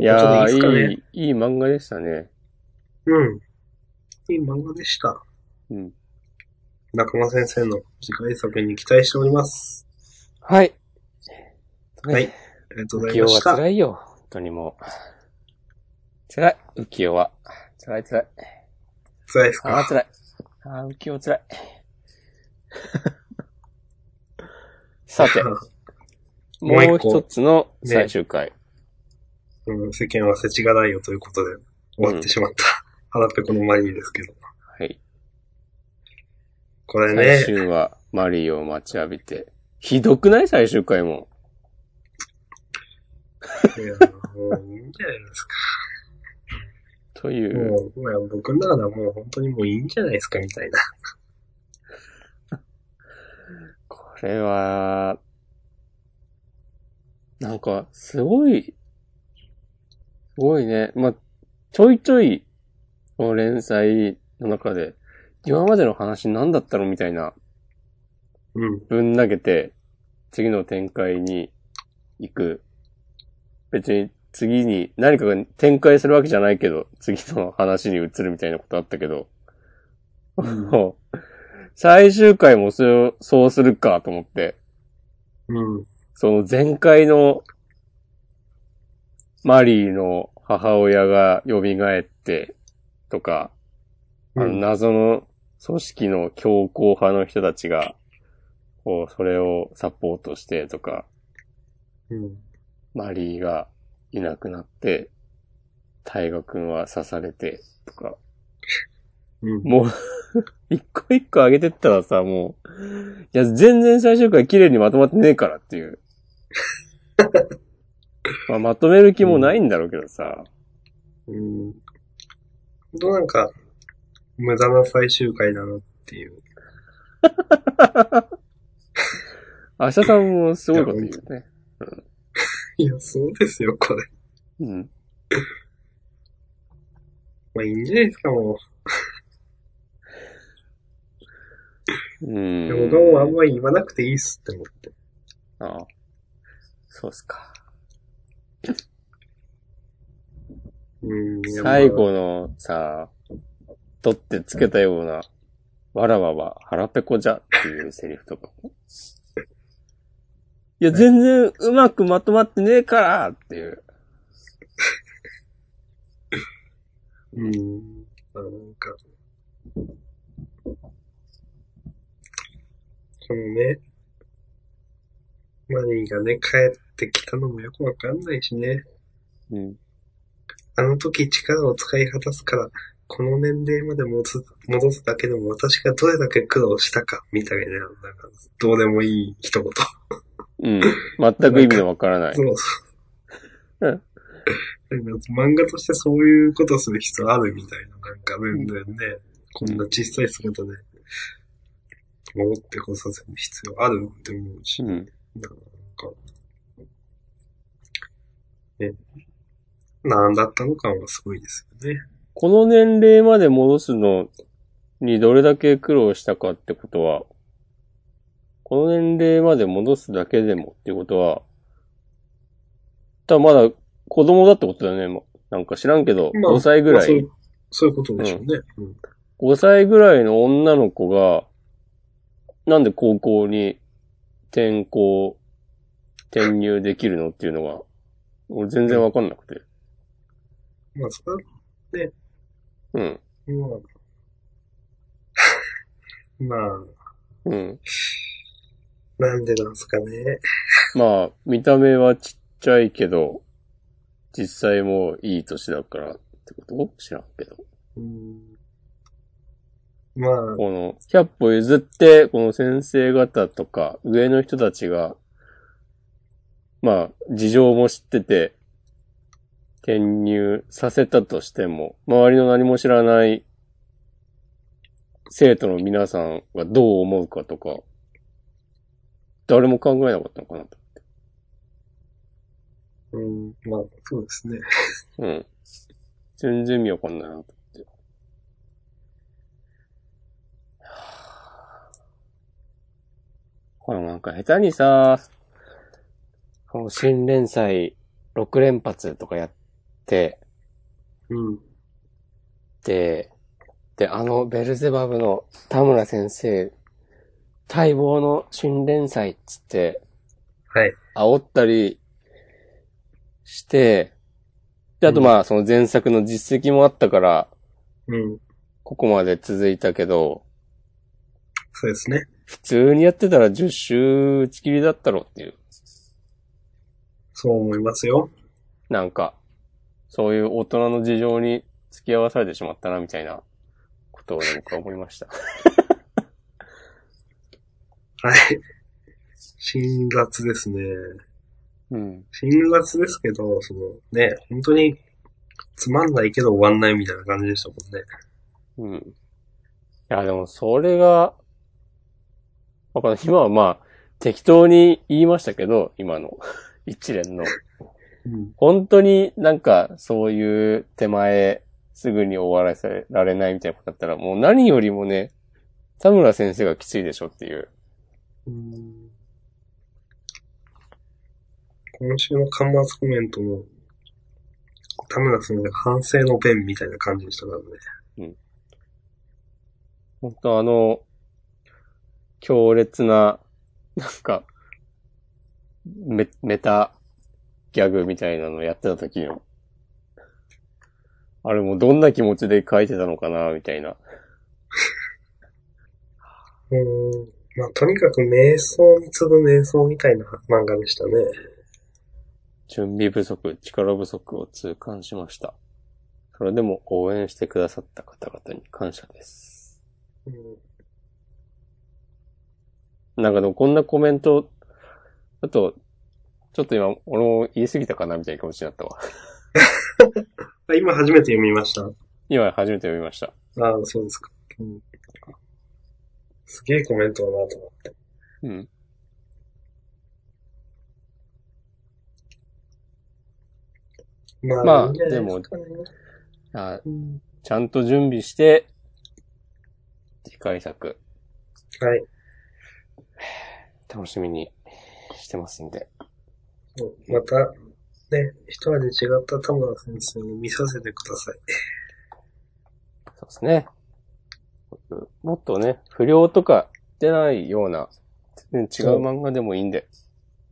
Speaker 1: い
Speaker 2: いうことでいい
Speaker 1: や
Speaker 2: ですか
Speaker 1: ー
Speaker 2: ね。
Speaker 1: いい、いい漫画でしたね。
Speaker 2: うん。いい漫画でした。
Speaker 1: うん。
Speaker 2: 中間先生の次回作に期待しております。
Speaker 1: はい。
Speaker 2: はい。ありがとうござ
Speaker 1: 浮
Speaker 2: い
Speaker 1: 世
Speaker 2: ま
Speaker 1: は
Speaker 2: した。
Speaker 1: 辛いよ。本当にもう。辛い。浮世は。辛い辛い。
Speaker 2: 辛いです
Speaker 1: ああ、
Speaker 2: か
Speaker 1: 辛い。ああ、浮世辛い。 さ て、
Speaker 2: も
Speaker 1: も
Speaker 2: う一個
Speaker 1: う一つの最終回。
Speaker 2: うん、世間は世知がないよということで終わってしまった。腹ペコのマリーですけど。
Speaker 1: はい。
Speaker 2: これ
Speaker 1: 最
Speaker 2: ね、
Speaker 1: 終話、マリーを待ちわびて。ひどくない最終回も。
Speaker 2: いやもういいんじゃないですか。
Speaker 1: という。
Speaker 2: もう、まあ僕の中ではもう本当にもういいんじゃないですかみたいな。
Speaker 1: これは、なんか、すごい、すごいね。まあ、ちょいちょい、この連載の中で、今までの話何だったのみたいな、
Speaker 2: うん。
Speaker 1: ぶん投げて、次の展開に行く。別に、次に、何かが展開するわけじゃないけど、次の話に移るみたいなことあったけど、もう最終回もそれをそうするかと思って。
Speaker 2: うん。
Speaker 1: その前回のマリーの母親が蘇ってとか、あ
Speaker 2: う
Speaker 1: の
Speaker 2: ん。
Speaker 1: 謎の組織の強硬派の人たちが、こう、それをサポートしてとか、
Speaker 2: うん。
Speaker 1: マリーがいなくなって、大河君は刺されてとか、
Speaker 2: うん。
Speaker 1: もう、 一個一個上げてったらさ、もう、いや、全然最終回綺麗にまとまってねえからって いう。まあ、まとめる気もないんだろうけどさ。
Speaker 2: うん。ほんとなんか、無駄な最終回だなっていう。
Speaker 1: 明日さんもすごいこと言うよね。
Speaker 2: いや、そうですよ、これ。
Speaker 1: うん。
Speaker 2: まあ、いいんじゃないですか、も
Speaker 1: う
Speaker 2: う。
Speaker 1: ん。
Speaker 2: でも、どうもあんまり言わなくていいっすって思って。
Speaker 1: ああそうっすか。
Speaker 2: うん。いや
Speaker 1: 最。
Speaker 2: まあ
Speaker 1: 後のさ、取ってつけたような、わらわは腹ペコじゃっていうセリフとかも。いや、全然うまくまとまってねえからっていう。
Speaker 2: うん。まあ、なんか。そのね、マニーがね、帰ってきたのもよくわかんないしね。
Speaker 1: うん。
Speaker 2: あの時力を使い果たすから、この年齢まで戻す戻すだけでも私がどれだけ苦労したか、みたいな、なんか、どうでもいい一言。
Speaker 1: うん。全く意味のわからない。
Speaker 2: そうそう。
Speaker 1: うん
Speaker 2: なんか漫画としてそういうことする必要あるみたいな、なんか全然ね、こんな小さい姿で、戻ってこさせる必要あるって思うし、
Speaker 1: う
Speaker 2: なん
Speaker 1: ん。
Speaker 2: か、ね、なんだったのかはすごいですよね。
Speaker 1: この年齢まで戻すのにどれだけ苦労したかってことは、この年齢まで戻すだけでもってことは、ただまだ子供だってことだよね。もうなんか知らんけど、
Speaker 2: まあ
Speaker 1: 5歳ぐ
Speaker 2: まあ
Speaker 1: ら
Speaker 2: そう
Speaker 1: い、
Speaker 2: うそういうことでしょうね。うん
Speaker 1: 5歳ぐらいの女の子が、なんで高校に転校、転入できるのっていうのが、俺全然わかんなくて。
Speaker 2: まあ、そ
Speaker 1: うん。
Speaker 2: れは、 まあ、まあ、
Speaker 1: うん。
Speaker 2: なんでなんすかね。
Speaker 1: まあ、見た目はちっちゃいけど、実際もういい年だからってこと知らんけど。
Speaker 2: うんまあ、
Speaker 1: この、100歩譲って、この先生方とか、上の人たちが、まあ、事情も知ってて、転入させたとしても、周りの何も知らない生徒の皆さんがどう思うかとか、誰も考えなかったのかなと。
Speaker 2: うん、まあ、そうですね。
Speaker 1: うん。全然意味わかんないなと思って。これなんか下手にさ、この新連載6連発とかやって、
Speaker 2: うん。
Speaker 1: で、で、あのベルゼバブの田村先生、待望の新連載っつって、
Speaker 2: はい。
Speaker 1: 煽ったりして、で、あとまあ、その前作の実績もあったから、
Speaker 2: うん。
Speaker 1: ここまで続いたけど、
Speaker 2: そうですね。
Speaker 1: 普通にやってたら10周打ち切りだったろっていう。
Speaker 2: そう思いますよ。
Speaker 1: なんか、そういう大人の事情に付き合わされてしまったな、みたいなことをね僕は思いました。
Speaker 2: はい。辛辣ですね。
Speaker 1: うん。
Speaker 2: 辛辣ですけど、そのね、本当につまんないけど終わんないみたいな感じでしたもん
Speaker 1: う
Speaker 2: ね。
Speaker 1: ん。いや、でもそれが、わかんない。今はまあ、適当に言いましたけど、今の 一連の。
Speaker 2: うん。
Speaker 1: 本当になんかそういう手前すぐに終わらせられないみたいなことだったらもう何よりもね、田村先生がきついでしょっていう。
Speaker 2: うん今週の刊末コメントも、田村さんが反省の弁みたいな感じでしたからね。
Speaker 1: 本当あの、強烈な、なんか、メメタギャグみたいなのやってた時の、あれもうどんな気持ちで書いてたのかな、みたいな。
Speaker 2: うん。まあ、とにかく瞑想に次ぐ瞑想みたいな漫画でしたね。
Speaker 1: 準備不足、力不足を痛感しました。それでも応援してくださった方々に感謝です。
Speaker 2: うん
Speaker 1: なんかでもこんなコメント、あと、ちょっと今、俺も言い過ぎたかなみたいな気持ちになったわ。
Speaker 2: あ今初めて読みました。
Speaker 1: 今初めて読みました。
Speaker 2: ああ、そうですか。うん、すげえコメントだなと思って。
Speaker 1: うん。
Speaker 2: まあ、
Speaker 1: まあ
Speaker 2: いいんじゃないすかね
Speaker 1: あ
Speaker 2: うん
Speaker 1: ちゃんと準備して、次回作、
Speaker 2: はい。
Speaker 1: 楽しみにしてますんで。
Speaker 2: また、ね、一味違った田村先生に見させてください。
Speaker 1: そうですね。もっとね、不良とか出ないような、全然違う漫画でもいいんで。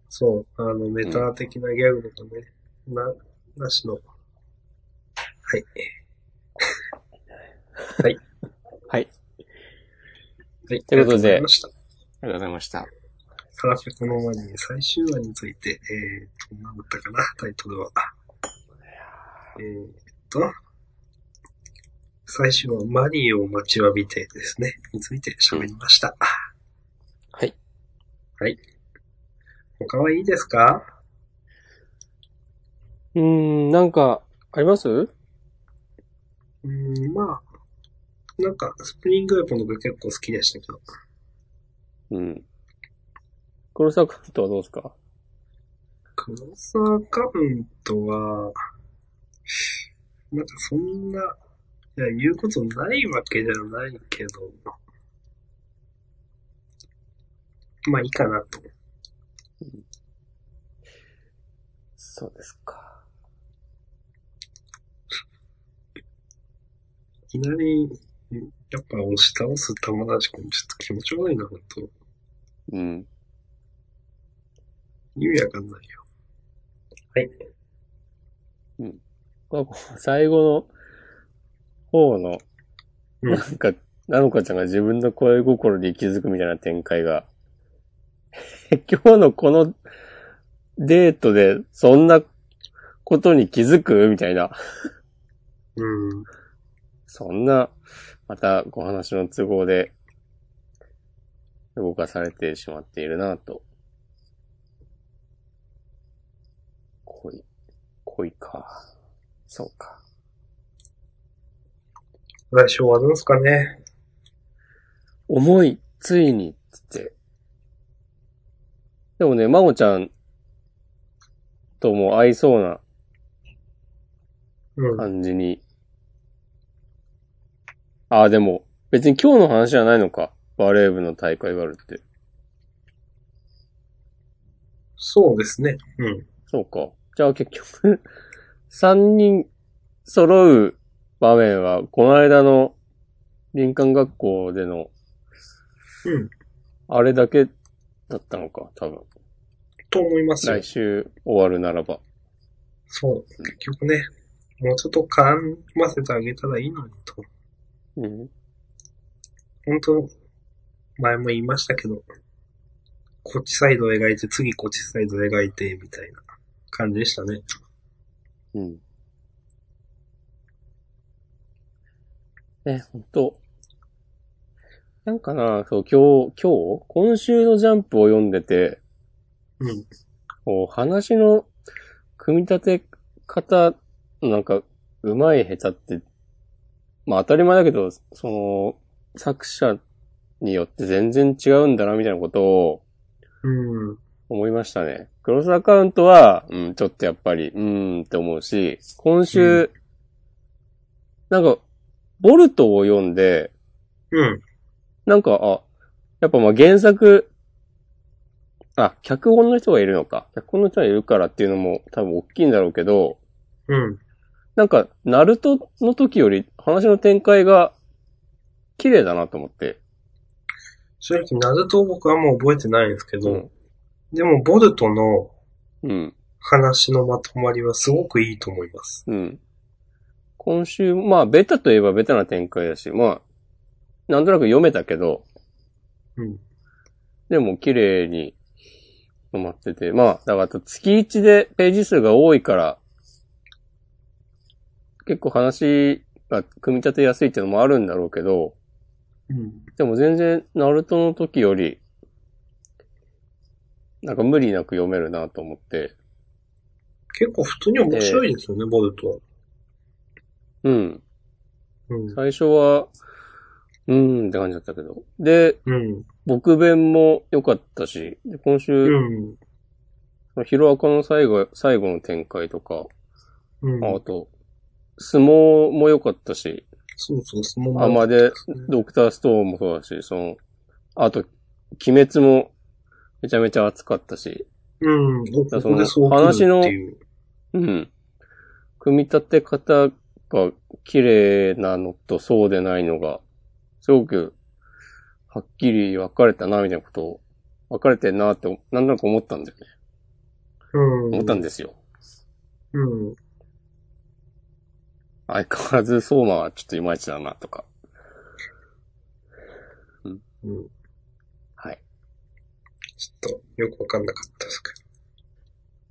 Speaker 2: そう、あの、ネタ的なギャグとかね、な、なしの。はい。
Speaker 1: はい。
Speaker 2: はい。
Speaker 1: ということで
Speaker 2: ありがございました。
Speaker 1: ありがとうございました。
Speaker 2: カラフェコのワニ最終話について、えーと、何だったかな、タイトルは。えーと、最終話、マニーを待ちわびてですね、について喋りました。
Speaker 1: はい。
Speaker 2: 他はいいですか
Speaker 1: うーん、なんか、あります
Speaker 2: うーん、まあ、なんか、スプリングウェポンの僕結構好きでしたけど。
Speaker 1: うん。黒沢君とはどうですか
Speaker 2: クロスアカウントは、なんかそんな、いや、言うことないわけじゃないけど、まあいいかなと。
Speaker 1: そうですか。
Speaker 2: いきなり、やっぱ押し倒す玉出し君ちょっと気持ち悪いな、ほんと。
Speaker 1: うん。
Speaker 2: 意味わかんないよ。はい。
Speaker 1: まあ最後の方の、
Speaker 2: うん
Speaker 1: なんか、なのかちゃんが自分の声心で気づくみたいな展開が、 今日のこのデートでそんなことに気づくみたいな。
Speaker 2: うん。
Speaker 1: そんな、またご話の都合で動かされてしまっているなと。恋、恋か。そうか。
Speaker 2: 来週はどうですかね。
Speaker 1: 重い、ついに、つって。でもね、まおちゃんとも合いそうな
Speaker 2: うん。
Speaker 1: 感じに。ああ、でも、別に今日の話じゃないのか。バレー部の大会があるって。
Speaker 2: そうですね。うん。
Speaker 1: そうか。じゃあ結局、 三人揃う場面は、この間の林間学校での、
Speaker 2: うん。
Speaker 1: あれだけだったのか、多分。
Speaker 2: と思いますよ
Speaker 1: 来週終わるならば。
Speaker 2: そう。結局ね、もうちょっと絡ませてあげたらいいのにと。
Speaker 1: うん。
Speaker 2: 本当前も言いましたけど、こっちサイド描いて、次こっちサイド描いて、みたいな感じでしたね。
Speaker 1: うん。ね、ほんと。なんかな、そう、今日、今日今週のジャンプを読んでて、
Speaker 2: うん。
Speaker 1: こう、話の組み立て方、なんか、うまい下手って、まあ当たり前だけど、その、作者によって全然違うんだな、みたいなことを
Speaker 2: うん。
Speaker 1: 思いましたね。クロスアカウントは、うん、ちょっとやっぱり、うーんって思うし、今週、なんか、ボルトを読んで、
Speaker 2: うん。
Speaker 1: なんか、あ、やっぱまあ原作、あ、脚本の人がいるのか。脚本の人がいるからっていうのも多分大きいんだろうけど、
Speaker 2: うん。
Speaker 1: なんか、ナルトの時より話の展開が綺麗だなと思って。
Speaker 2: 正直、ナルトを僕はもう覚えてないんですけど、
Speaker 1: うん。
Speaker 2: でも、ボルトの
Speaker 1: うん。
Speaker 2: 話のまとまりはすごくいいと思います。
Speaker 1: うん。今週、まあ、ベタといえばベタな展開だし、まあ、なんとなく読めたけど、
Speaker 2: うん。
Speaker 1: でも綺麗に止まってて、まあ、だからあと月1でページ数が多いから、結構話が組み立てやすいっていうのもあるんだろうけど、
Speaker 2: うん。
Speaker 1: でも全然、ナルトの時より、なんか無理なく読めるなと思って、
Speaker 2: 結構普通に面白いですよね、ボルトは。
Speaker 1: うん。
Speaker 2: うん。
Speaker 1: 最初は、うーんって感じだったけど。で、
Speaker 2: うん。
Speaker 1: 僕弁も良かったし、で今週、
Speaker 2: うん。
Speaker 1: ヒロアカの最後、最後の展開とか、
Speaker 2: うん。
Speaker 1: あと、相撲も良かったし、
Speaker 2: そうそう、その
Speaker 1: アマで、ドクターストーンもそうだし、その、あと、鬼滅もめちゃめちゃ熱かったし、
Speaker 2: うん。こ
Speaker 1: からそ
Speaker 2: こ
Speaker 1: の
Speaker 2: でそう来るっていう。
Speaker 1: うん。組み立て方が綺麗なのとそうでないのが、すごく、はっきり分かれたな、みたいなことを、分かれてんなって、なんとなく思ったんだよね。
Speaker 2: うん。
Speaker 1: 思ったんですよ。
Speaker 2: うん。
Speaker 1: 相変わらず、相馬はちょっといまいちだな、とか。
Speaker 2: うん。
Speaker 1: はい。
Speaker 2: ちょっと、よくわかんなかったですけ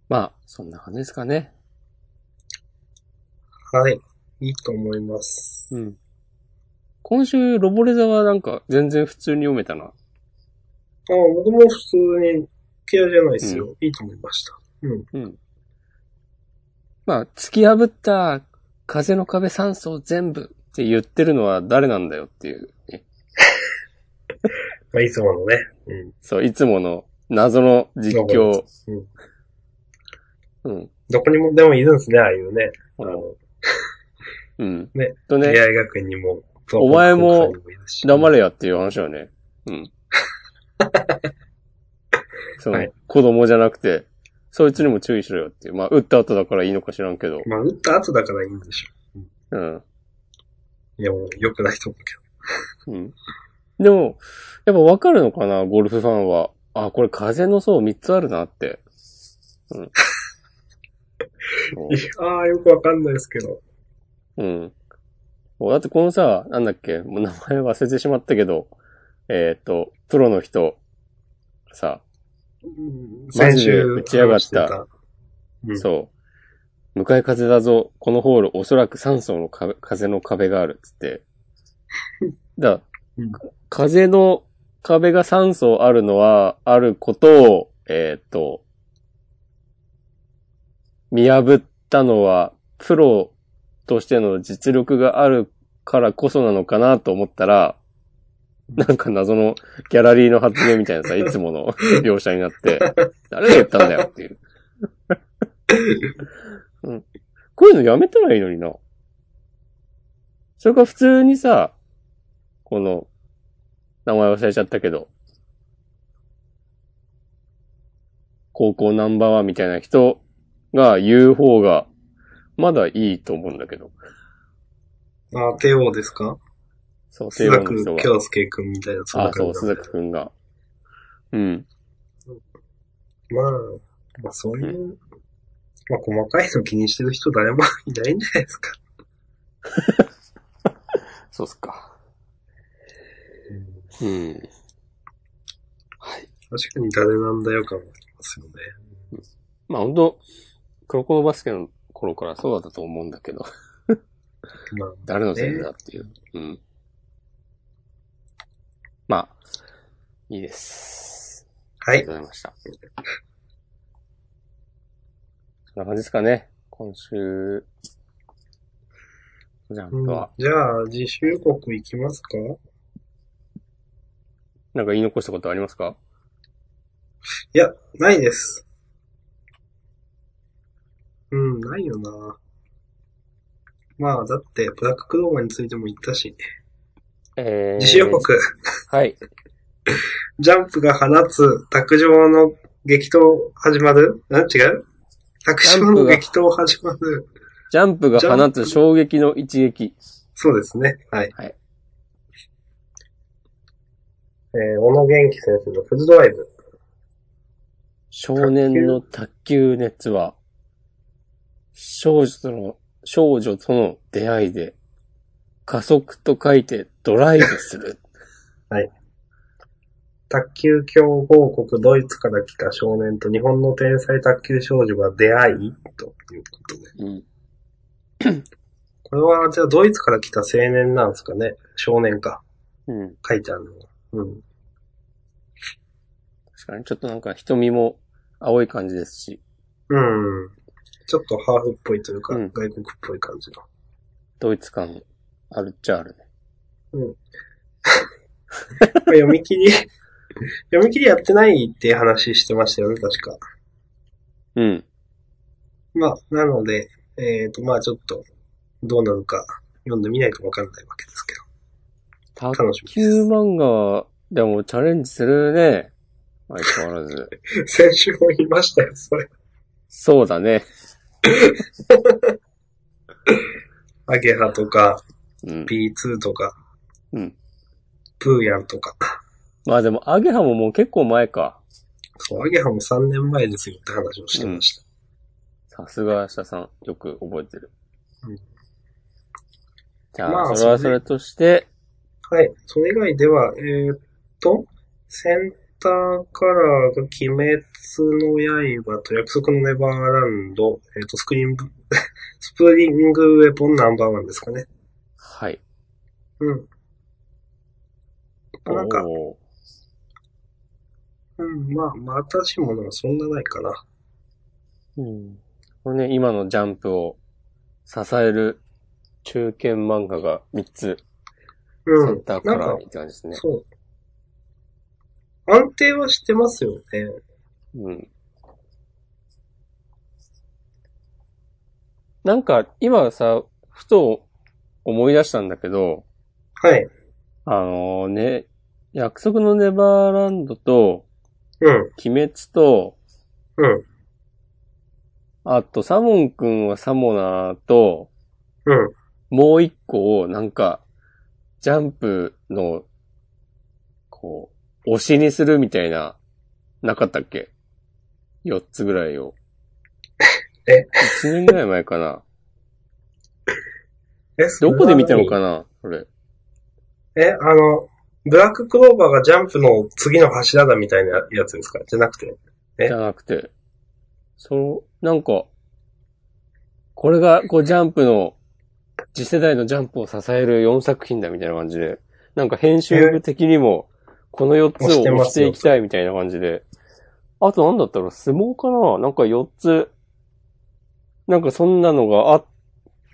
Speaker 1: まあ、そんな感じですかね。
Speaker 2: ど。はい。いいと思います。
Speaker 1: うん。今週、ロボレザはなんか、全然普通に読めたな。
Speaker 2: あ僕も普通に嫌いじゃないですよ。いいと思いました。うん。
Speaker 1: うん。まあ、突き破った風の壁酸素全部って言ってるのは誰なんだよっていう、ね。
Speaker 2: まあ、いつものね。うん。
Speaker 1: そう、いつもの謎の実況。
Speaker 2: うん。
Speaker 1: うん。
Speaker 2: どこにもでもいるんですね、ああいうね。あ
Speaker 1: ほら
Speaker 2: の、
Speaker 1: うん。
Speaker 2: ね。
Speaker 1: と
Speaker 2: 出
Speaker 1: ね、
Speaker 2: 会い学園にも、
Speaker 1: お前も黙
Speaker 2: れ。
Speaker 1: れやっていう話よね。 うん。その、
Speaker 2: はい
Speaker 1: 子供じゃなくて、そいつにも注意しろよっていう。まあ、撃った後だからいいのか知らんけど。
Speaker 2: まあ、打った後だからいいんでしょ
Speaker 1: うん。
Speaker 2: う。いや、もう良くないと思うけど。
Speaker 1: うん。でも、やっぱわかるのかな、ゴルフファンは。あ、これ風の層3つあるなって。 うん。
Speaker 2: いやー、よくわかんないですけど。
Speaker 1: うん。だってこのさ、なんだっけ、もう名前忘れてしまったけど、えっ、と、プロの人、さ、
Speaker 2: うん
Speaker 1: マジで打ち上がった
Speaker 2: 話してうん
Speaker 1: そう、向かい風だぞ、このホールおそらく3層の壁風の壁があるっつ って。だ、
Speaker 2: うん
Speaker 1: 風の壁が3層あるのは、あることを、えっ、と、見破ったのは、プロとしての実力があるからこそなのかなと思ったら、なんか謎のギャラリーの発言みたいなさ、いつもの描写になって、 誰が言ったんだよっていう。うん、こういうのやめたらいいのにな。それか普通にさ、この、名前忘れちゃったけど、高校ナンバーワンみたいな人が言う方が、まだいいと思うんだけど。
Speaker 2: あ、帝王ですか
Speaker 1: そう、
Speaker 2: 鈴
Speaker 1: の
Speaker 2: 木京介くんみたいな、そん
Speaker 1: あ
Speaker 2: な、
Speaker 1: そ
Speaker 2: 感
Speaker 1: う、
Speaker 2: じ
Speaker 1: 鈴木くんが。うん。
Speaker 2: まあ、まあそういう、まあ細かいの気にしてる人誰もいないんじゃないですか。
Speaker 1: そうっすか。うん。はい。
Speaker 2: 確かに誰なんだよ感がありますよね。
Speaker 1: まあ本当黒子のバスケの頃からそうだったと思うんだけど、
Speaker 2: まあ、
Speaker 1: 誰のせいだっていう。うん。まあ、いいです。
Speaker 2: は
Speaker 1: あり
Speaker 2: い
Speaker 1: が。とうございました。そんな感じですかね。今週。じゃあ、
Speaker 2: う
Speaker 1: 本
Speaker 2: ん
Speaker 1: 当は、
Speaker 2: じゃあ、自習国行きますかい
Speaker 1: なんか言い残したことありますか
Speaker 2: や、ないです。うん、ないよな。まあ、だって、ブラッククローバーについても言ったし。
Speaker 1: え
Speaker 2: 自習国、
Speaker 1: はい。
Speaker 2: ジャンプが放つ卓上の激闘始まるん違う卓上の激闘始まる。
Speaker 1: ジャンプが放つ衝撃の一撃。
Speaker 2: そうですね。はい。
Speaker 1: はい。
Speaker 2: えー、小野元気先生のフルドライブ。
Speaker 1: 少年の卓球熱は、少女との、少女との出会いで、加速と書いてドライブする。
Speaker 2: 卓球強豪国ドイツから来た少年と日本の天才卓球少女が出会いということで。
Speaker 1: うん。
Speaker 2: これは、じゃあ、ドイツから来た青年なんですかね。少年か。
Speaker 1: うん。
Speaker 2: 書いてあるのは。うん。
Speaker 1: 確かに、ちょっとなんか瞳も青い感じですし、
Speaker 2: うん。ちょっとハーフっぽいというか、
Speaker 1: うん
Speaker 2: 外国っぽい感じの。
Speaker 1: ドイツ感あるっちゃあるね。
Speaker 2: 読み切り、 読み切りやってないっていう話してましたよね、確か。
Speaker 1: うん。
Speaker 2: まあ、なので、えっ、と、まあちょっと、どうなるか、読んでみないとわかんないわけですけど。
Speaker 1: 卓
Speaker 2: 楽しみで
Speaker 1: 球漫画でもチャレンジするね。相変わら ず。
Speaker 2: す。 先週も言いましたよ、それ。
Speaker 1: そうだね。
Speaker 2: アゲハとか、
Speaker 1: うん。
Speaker 2: B2 とか、
Speaker 1: うん。
Speaker 2: プーヤンとか。
Speaker 1: まあでも、アゲハももう結構前か。
Speaker 2: そう、アゲハも3年前ですよって話をしてました。
Speaker 1: さすが明日さん、よく覚えてる
Speaker 2: うん。
Speaker 1: じゃあ、
Speaker 2: まあ
Speaker 1: それは
Speaker 2: そ
Speaker 1: そ
Speaker 2: れ
Speaker 1: れとして、
Speaker 2: はい。それ以外では、えーっと、センターカラーが鬼滅の刃と約束のネバーランド、えーっと、スクリーン ブ、スプリングウェポンナンバーワンですかね。
Speaker 1: はい。
Speaker 2: うん。なんか、
Speaker 1: おー
Speaker 2: うん、まあ、まあ、私もなんかそんなないかな。
Speaker 1: うん。これね、今のジャンプを支える中堅漫画が3つ、
Speaker 2: う
Speaker 1: セ
Speaker 2: ん
Speaker 1: ン。ターカ
Speaker 2: なん
Speaker 1: ラ
Speaker 2: か
Speaker 1: ーに、って感じですね。
Speaker 2: そう。安定はしてますよね。
Speaker 1: うん。なんか、今さ、ふと思い出したんだけど、
Speaker 2: はい。
Speaker 1: あのね、約束のネバーランドと、
Speaker 2: うん、
Speaker 1: 鬼滅と、
Speaker 2: うん、
Speaker 1: あと、サモン君はサモナーと、
Speaker 2: うん。
Speaker 1: もう一個を、なんか、ジャンプの、こう、推しにするみたいな、なかったっけ四つぐらいを。
Speaker 2: え
Speaker 1: 一年ぐらい前かな。
Speaker 2: え、
Speaker 1: どこで見たの
Speaker 2: な
Speaker 1: かなそれ。
Speaker 2: え、あの、ブラッククローバーがジャンプの次の柱だみたいなやつですかじゃなくて。え
Speaker 1: じゃなくて。その、なんか、これが、こう、ジャンプの、次世代のジャンプを支える4作品だみたいな感じで、なんか編集部的にも、この4つを押していきたいみたいな感じで、あとなんだったら相撲かななんか4つ、なんかそんなのがあ、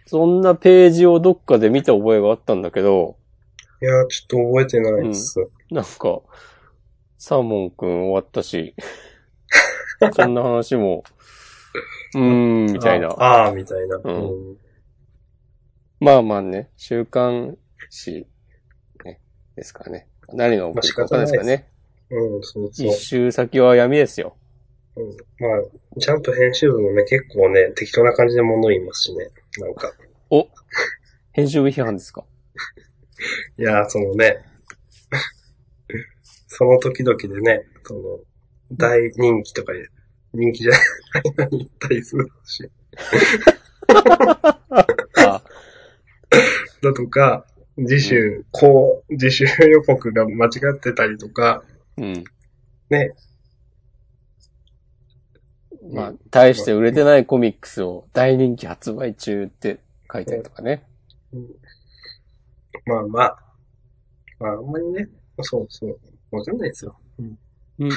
Speaker 1: そんなページをどっかで見た覚えがあったんだけど、
Speaker 2: いやー、ちょっと覚えてないです。
Speaker 1: なんか、サーモンくん終わったし、 そんな話も、 うーん、みたいな。
Speaker 2: ああー、みたいな。うんん。
Speaker 1: まあまあね、週刊誌、ね、ですからね。何が起こるかわかんないですからね。
Speaker 2: うん、そうそう
Speaker 1: 一。周先は闇ですよ。
Speaker 2: うん、まあ、ジャンプ編集部もね、結構ね、適当な感じで物言いますしね。なんか。
Speaker 1: 編集部批判ですか
Speaker 2: いやー、そのね、 その時々でね、その、大人気とかで、人気じゃないのに行ったりするし。
Speaker 1: あ、
Speaker 2: だとか、次週、こう、次週予告が間違ってたりとか、
Speaker 1: うん。
Speaker 2: ね。
Speaker 1: まあ、大して売れてないコミックスを大人気発売中って書いてるとかね。
Speaker 2: まあまあ、まああんまりね、そうそう、わかんないですよ。うん。
Speaker 1: うん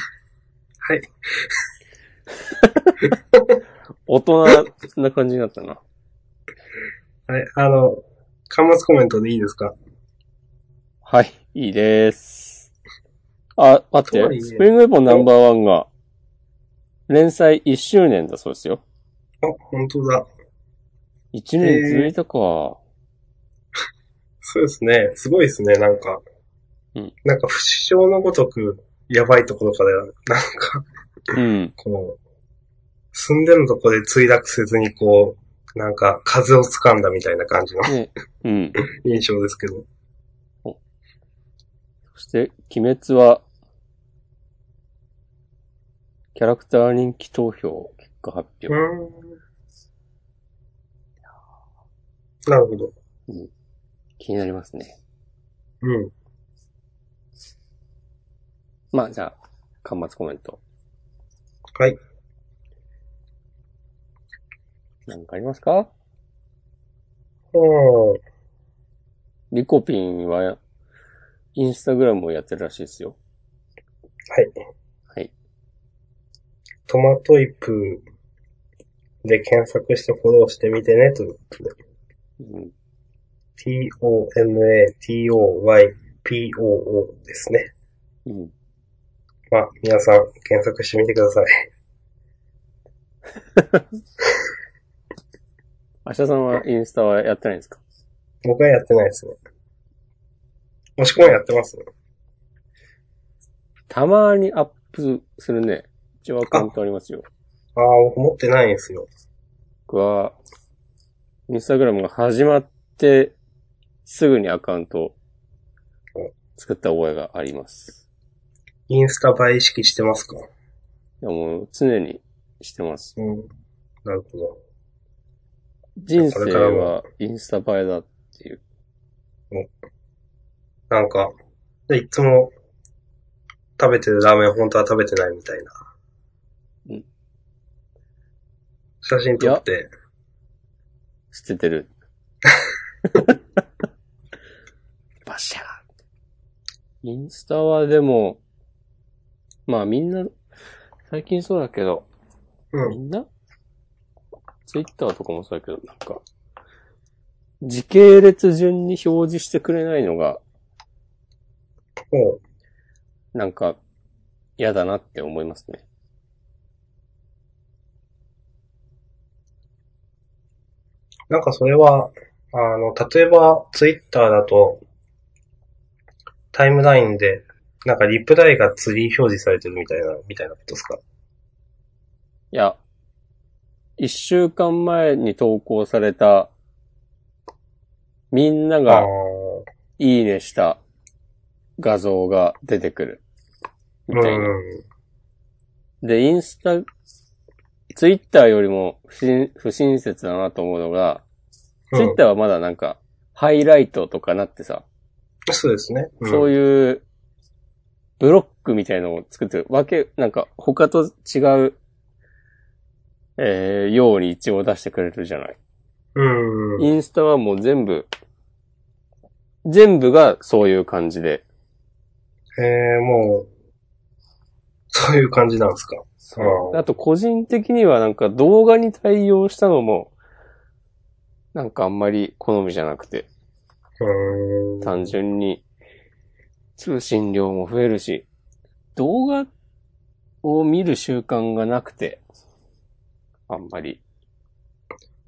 Speaker 2: はい。
Speaker 1: 大人な感じになったな。
Speaker 2: はい、あの、端末コメントでいいですか
Speaker 1: はい、いいです。あ、待
Speaker 2: と
Speaker 1: っ
Speaker 2: はい
Speaker 1: て、
Speaker 2: え
Speaker 1: スプリングウェポンナンバーワンが、連載1周年だそうですよ。
Speaker 2: あ、本当だ。
Speaker 1: 1年続いたか。
Speaker 2: そうですね。すごいですね、なんか。
Speaker 1: うん
Speaker 2: なんか、不死鳥のごとく、やばいところから、なんか、
Speaker 1: うん。
Speaker 2: こう、住んでるとこで墜落せずに、こう、なんか、風を掴んだみたいな感じの
Speaker 1: ね。うん。
Speaker 2: 印象ですけど。
Speaker 1: そして、鬼滅は、キャラクター人気投票結果発表。
Speaker 2: なるほど。
Speaker 1: 気になりますね。
Speaker 2: うん。
Speaker 1: まあ、じゃあ、間末コメント。
Speaker 2: はい。
Speaker 1: なんかありますか
Speaker 2: うん。
Speaker 1: リコピンは、インスタグラムをやってるらしいですよ。
Speaker 2: はい。
Speaker 1: はい。
Speaker 2: トマトイプで検索してフォローしてみてね、ということで。
Speaker 1: うん、
Speaker 2: t-o-m-a-t-o-y-p-o-o ですね。
Speaker 1: うん。
Speaker 2: まあ、皆さん検索してみてください。
Speaker 1: 明日さんはインスタはやってないんですか
Speaker 2: 僕はやってないですね。もしくはやってますね。
Speaker 1: たまにアップするね。一応アカウントありますよ。
Speaker 2: ああ、僕持ってないんですよ。
Speaker 1: 僕は、インスタグラムが始まって、すぐにアカウントを作った覚えがあります。
Speaker 2: インスタ映え意識してますか
Speaker 1: いやもう常にしてます。
Speaker 2: うん。なるほど。
Speaker 1: 人生
Speaker 2: これから
Speaker 1: は
Speaker 2: も
Speaker 1: インスタ映えだ。
Speaker 2: なんか、でいつも食べてるラーメン本当は食べてないみたいな。
Speaker 1: うん
Speaker 2: 写真撮って、
Speaker 1: 捨ててる。 バシャーインスタはでも、まあみんな、最近そうだけど、
Speaker 2: う
Speaker 1: み
Speaker 2: ん。
Speaker 1: んなツイッターとかもそうだけど、なんか、時系列順に表示してくれないのが、
Speaker 2: もう、
Speaker 1: なんか、嫌だなって思いますね。
Speaker 2: なんかそれは、あの、例えば、ツイッターだと、タイムラインで、なんかリプライがツリー表示されてるみたいな、みたいなことですか
Speaker 1: いや、一週間前に投稿された、みんな
Speaker 2: ああ
Speaker 1: がいいねした画像が出てくる。み
Speaker 2: ー、
Speaker 1: たいな。
Speaker 2: うん。
Speaker 1: で、インスタ、ツイッターよりも不親不親切だなと思うのが、ツイッターはまだなんか、ハイライトとかなってさ、
Speaker 2: うんそうですね。うん
Speaker 1: そういう、ブロックみたいのを作ってるわけ、なんか、他と違う、えー、ように一応出してくれるじゃない。
Speaker 2: うん。
Speaker 1: インスタはもう全部、全部がそういう感じで、
Speaker 2: えー、もう、そういう感じなんですか。
Speaker 1: そう
Speaker 2: うん
Speaker 1: あと個人的にはなんか動画に対応したのも、なんかあんまり好みじゃなくて、
Speaker 2: うーん。
Speaker 1: 単純に通信量も増えるし、動画を見る習慣がなくて、あんまり。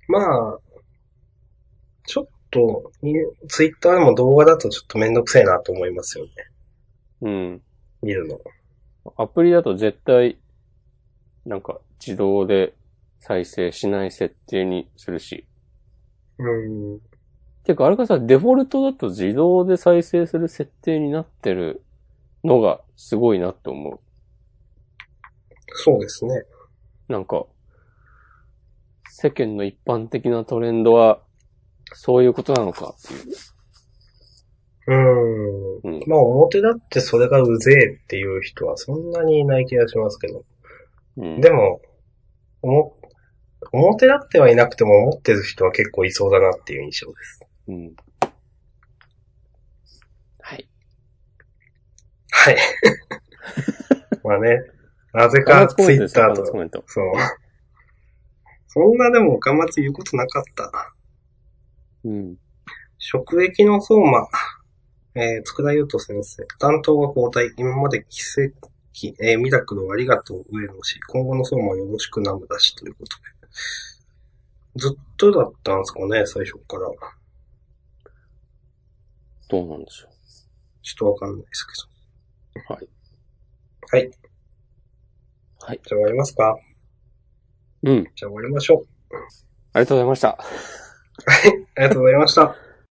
Speaker 2: まあ、ちょっと、いツイッターでも動画だとちょっとめんどくせえなと思いますよね。
Speaker 1: うん。
Speaker 2: 見るの。
Speaker 1: アプリだと絶対、なんか自動で再生しない設定にするし。
Speaker 2: うん。
Speaker 1: てか、あれがさ、デフォルトだと自動で再生する設定になってるのがすごいなって思う。
Speaker 2: そうですね。
Speaker 1: なんか、世間の一般的なトレンドは、そういうことなのかっていう。
Speaker 2: うん。
Speaker 1: うん。
Speaker 2: まあ表だってそれがうぜえっていう人はそんなにいない気がしますけど。
Speaker 1: うん、
Speaker 2: でも、おも表だってはいなくても思ってる人は結構いそうだなっていう印象です。
Speaker 1: うん。はい。
Speaker 2: はい。 まあね、なぜ
Speaker 1: ガマツ
Speaker 2: か
Speaker 1: コ
Speaker 2: ツ
Speaker 1: メン
Speaker 2: イ
Speaker 1: トで
Speaker 2: ッ
Speaker 1: すよ
Speaker 2: タ
Speaker 1: ガ
Speaker 2: ー
Speaker 1: マツコ
Speaker 2: と、
Speaker 1: メント。
Speaker 2: そう。そんなでもガマツ言うことなかった。
Speaker 1: うん。
Speaker 2: 職域の相馬、えー、佃優斗先生、担当が交代、今まで奇跡、えー、ミラクルをありがとう、上野氏、今後の相馬よろしくなむだし、ということで。ずっとだったんですかね、最初から。ちょ
Speaker 1: どうなんでしょ
Speaker 2: っとわかんないですけ
Speaker 1: う。はい。
Speaker 2: ど。はい。
Speaker 1: はい。
Speaker 2: じゃあ終わりますか
Speaker 1: うん。
Speaker 2: じゃあ終わりましょう。
Speaker 1: ありがとうございました。
Speaker 2: ありがとうございました。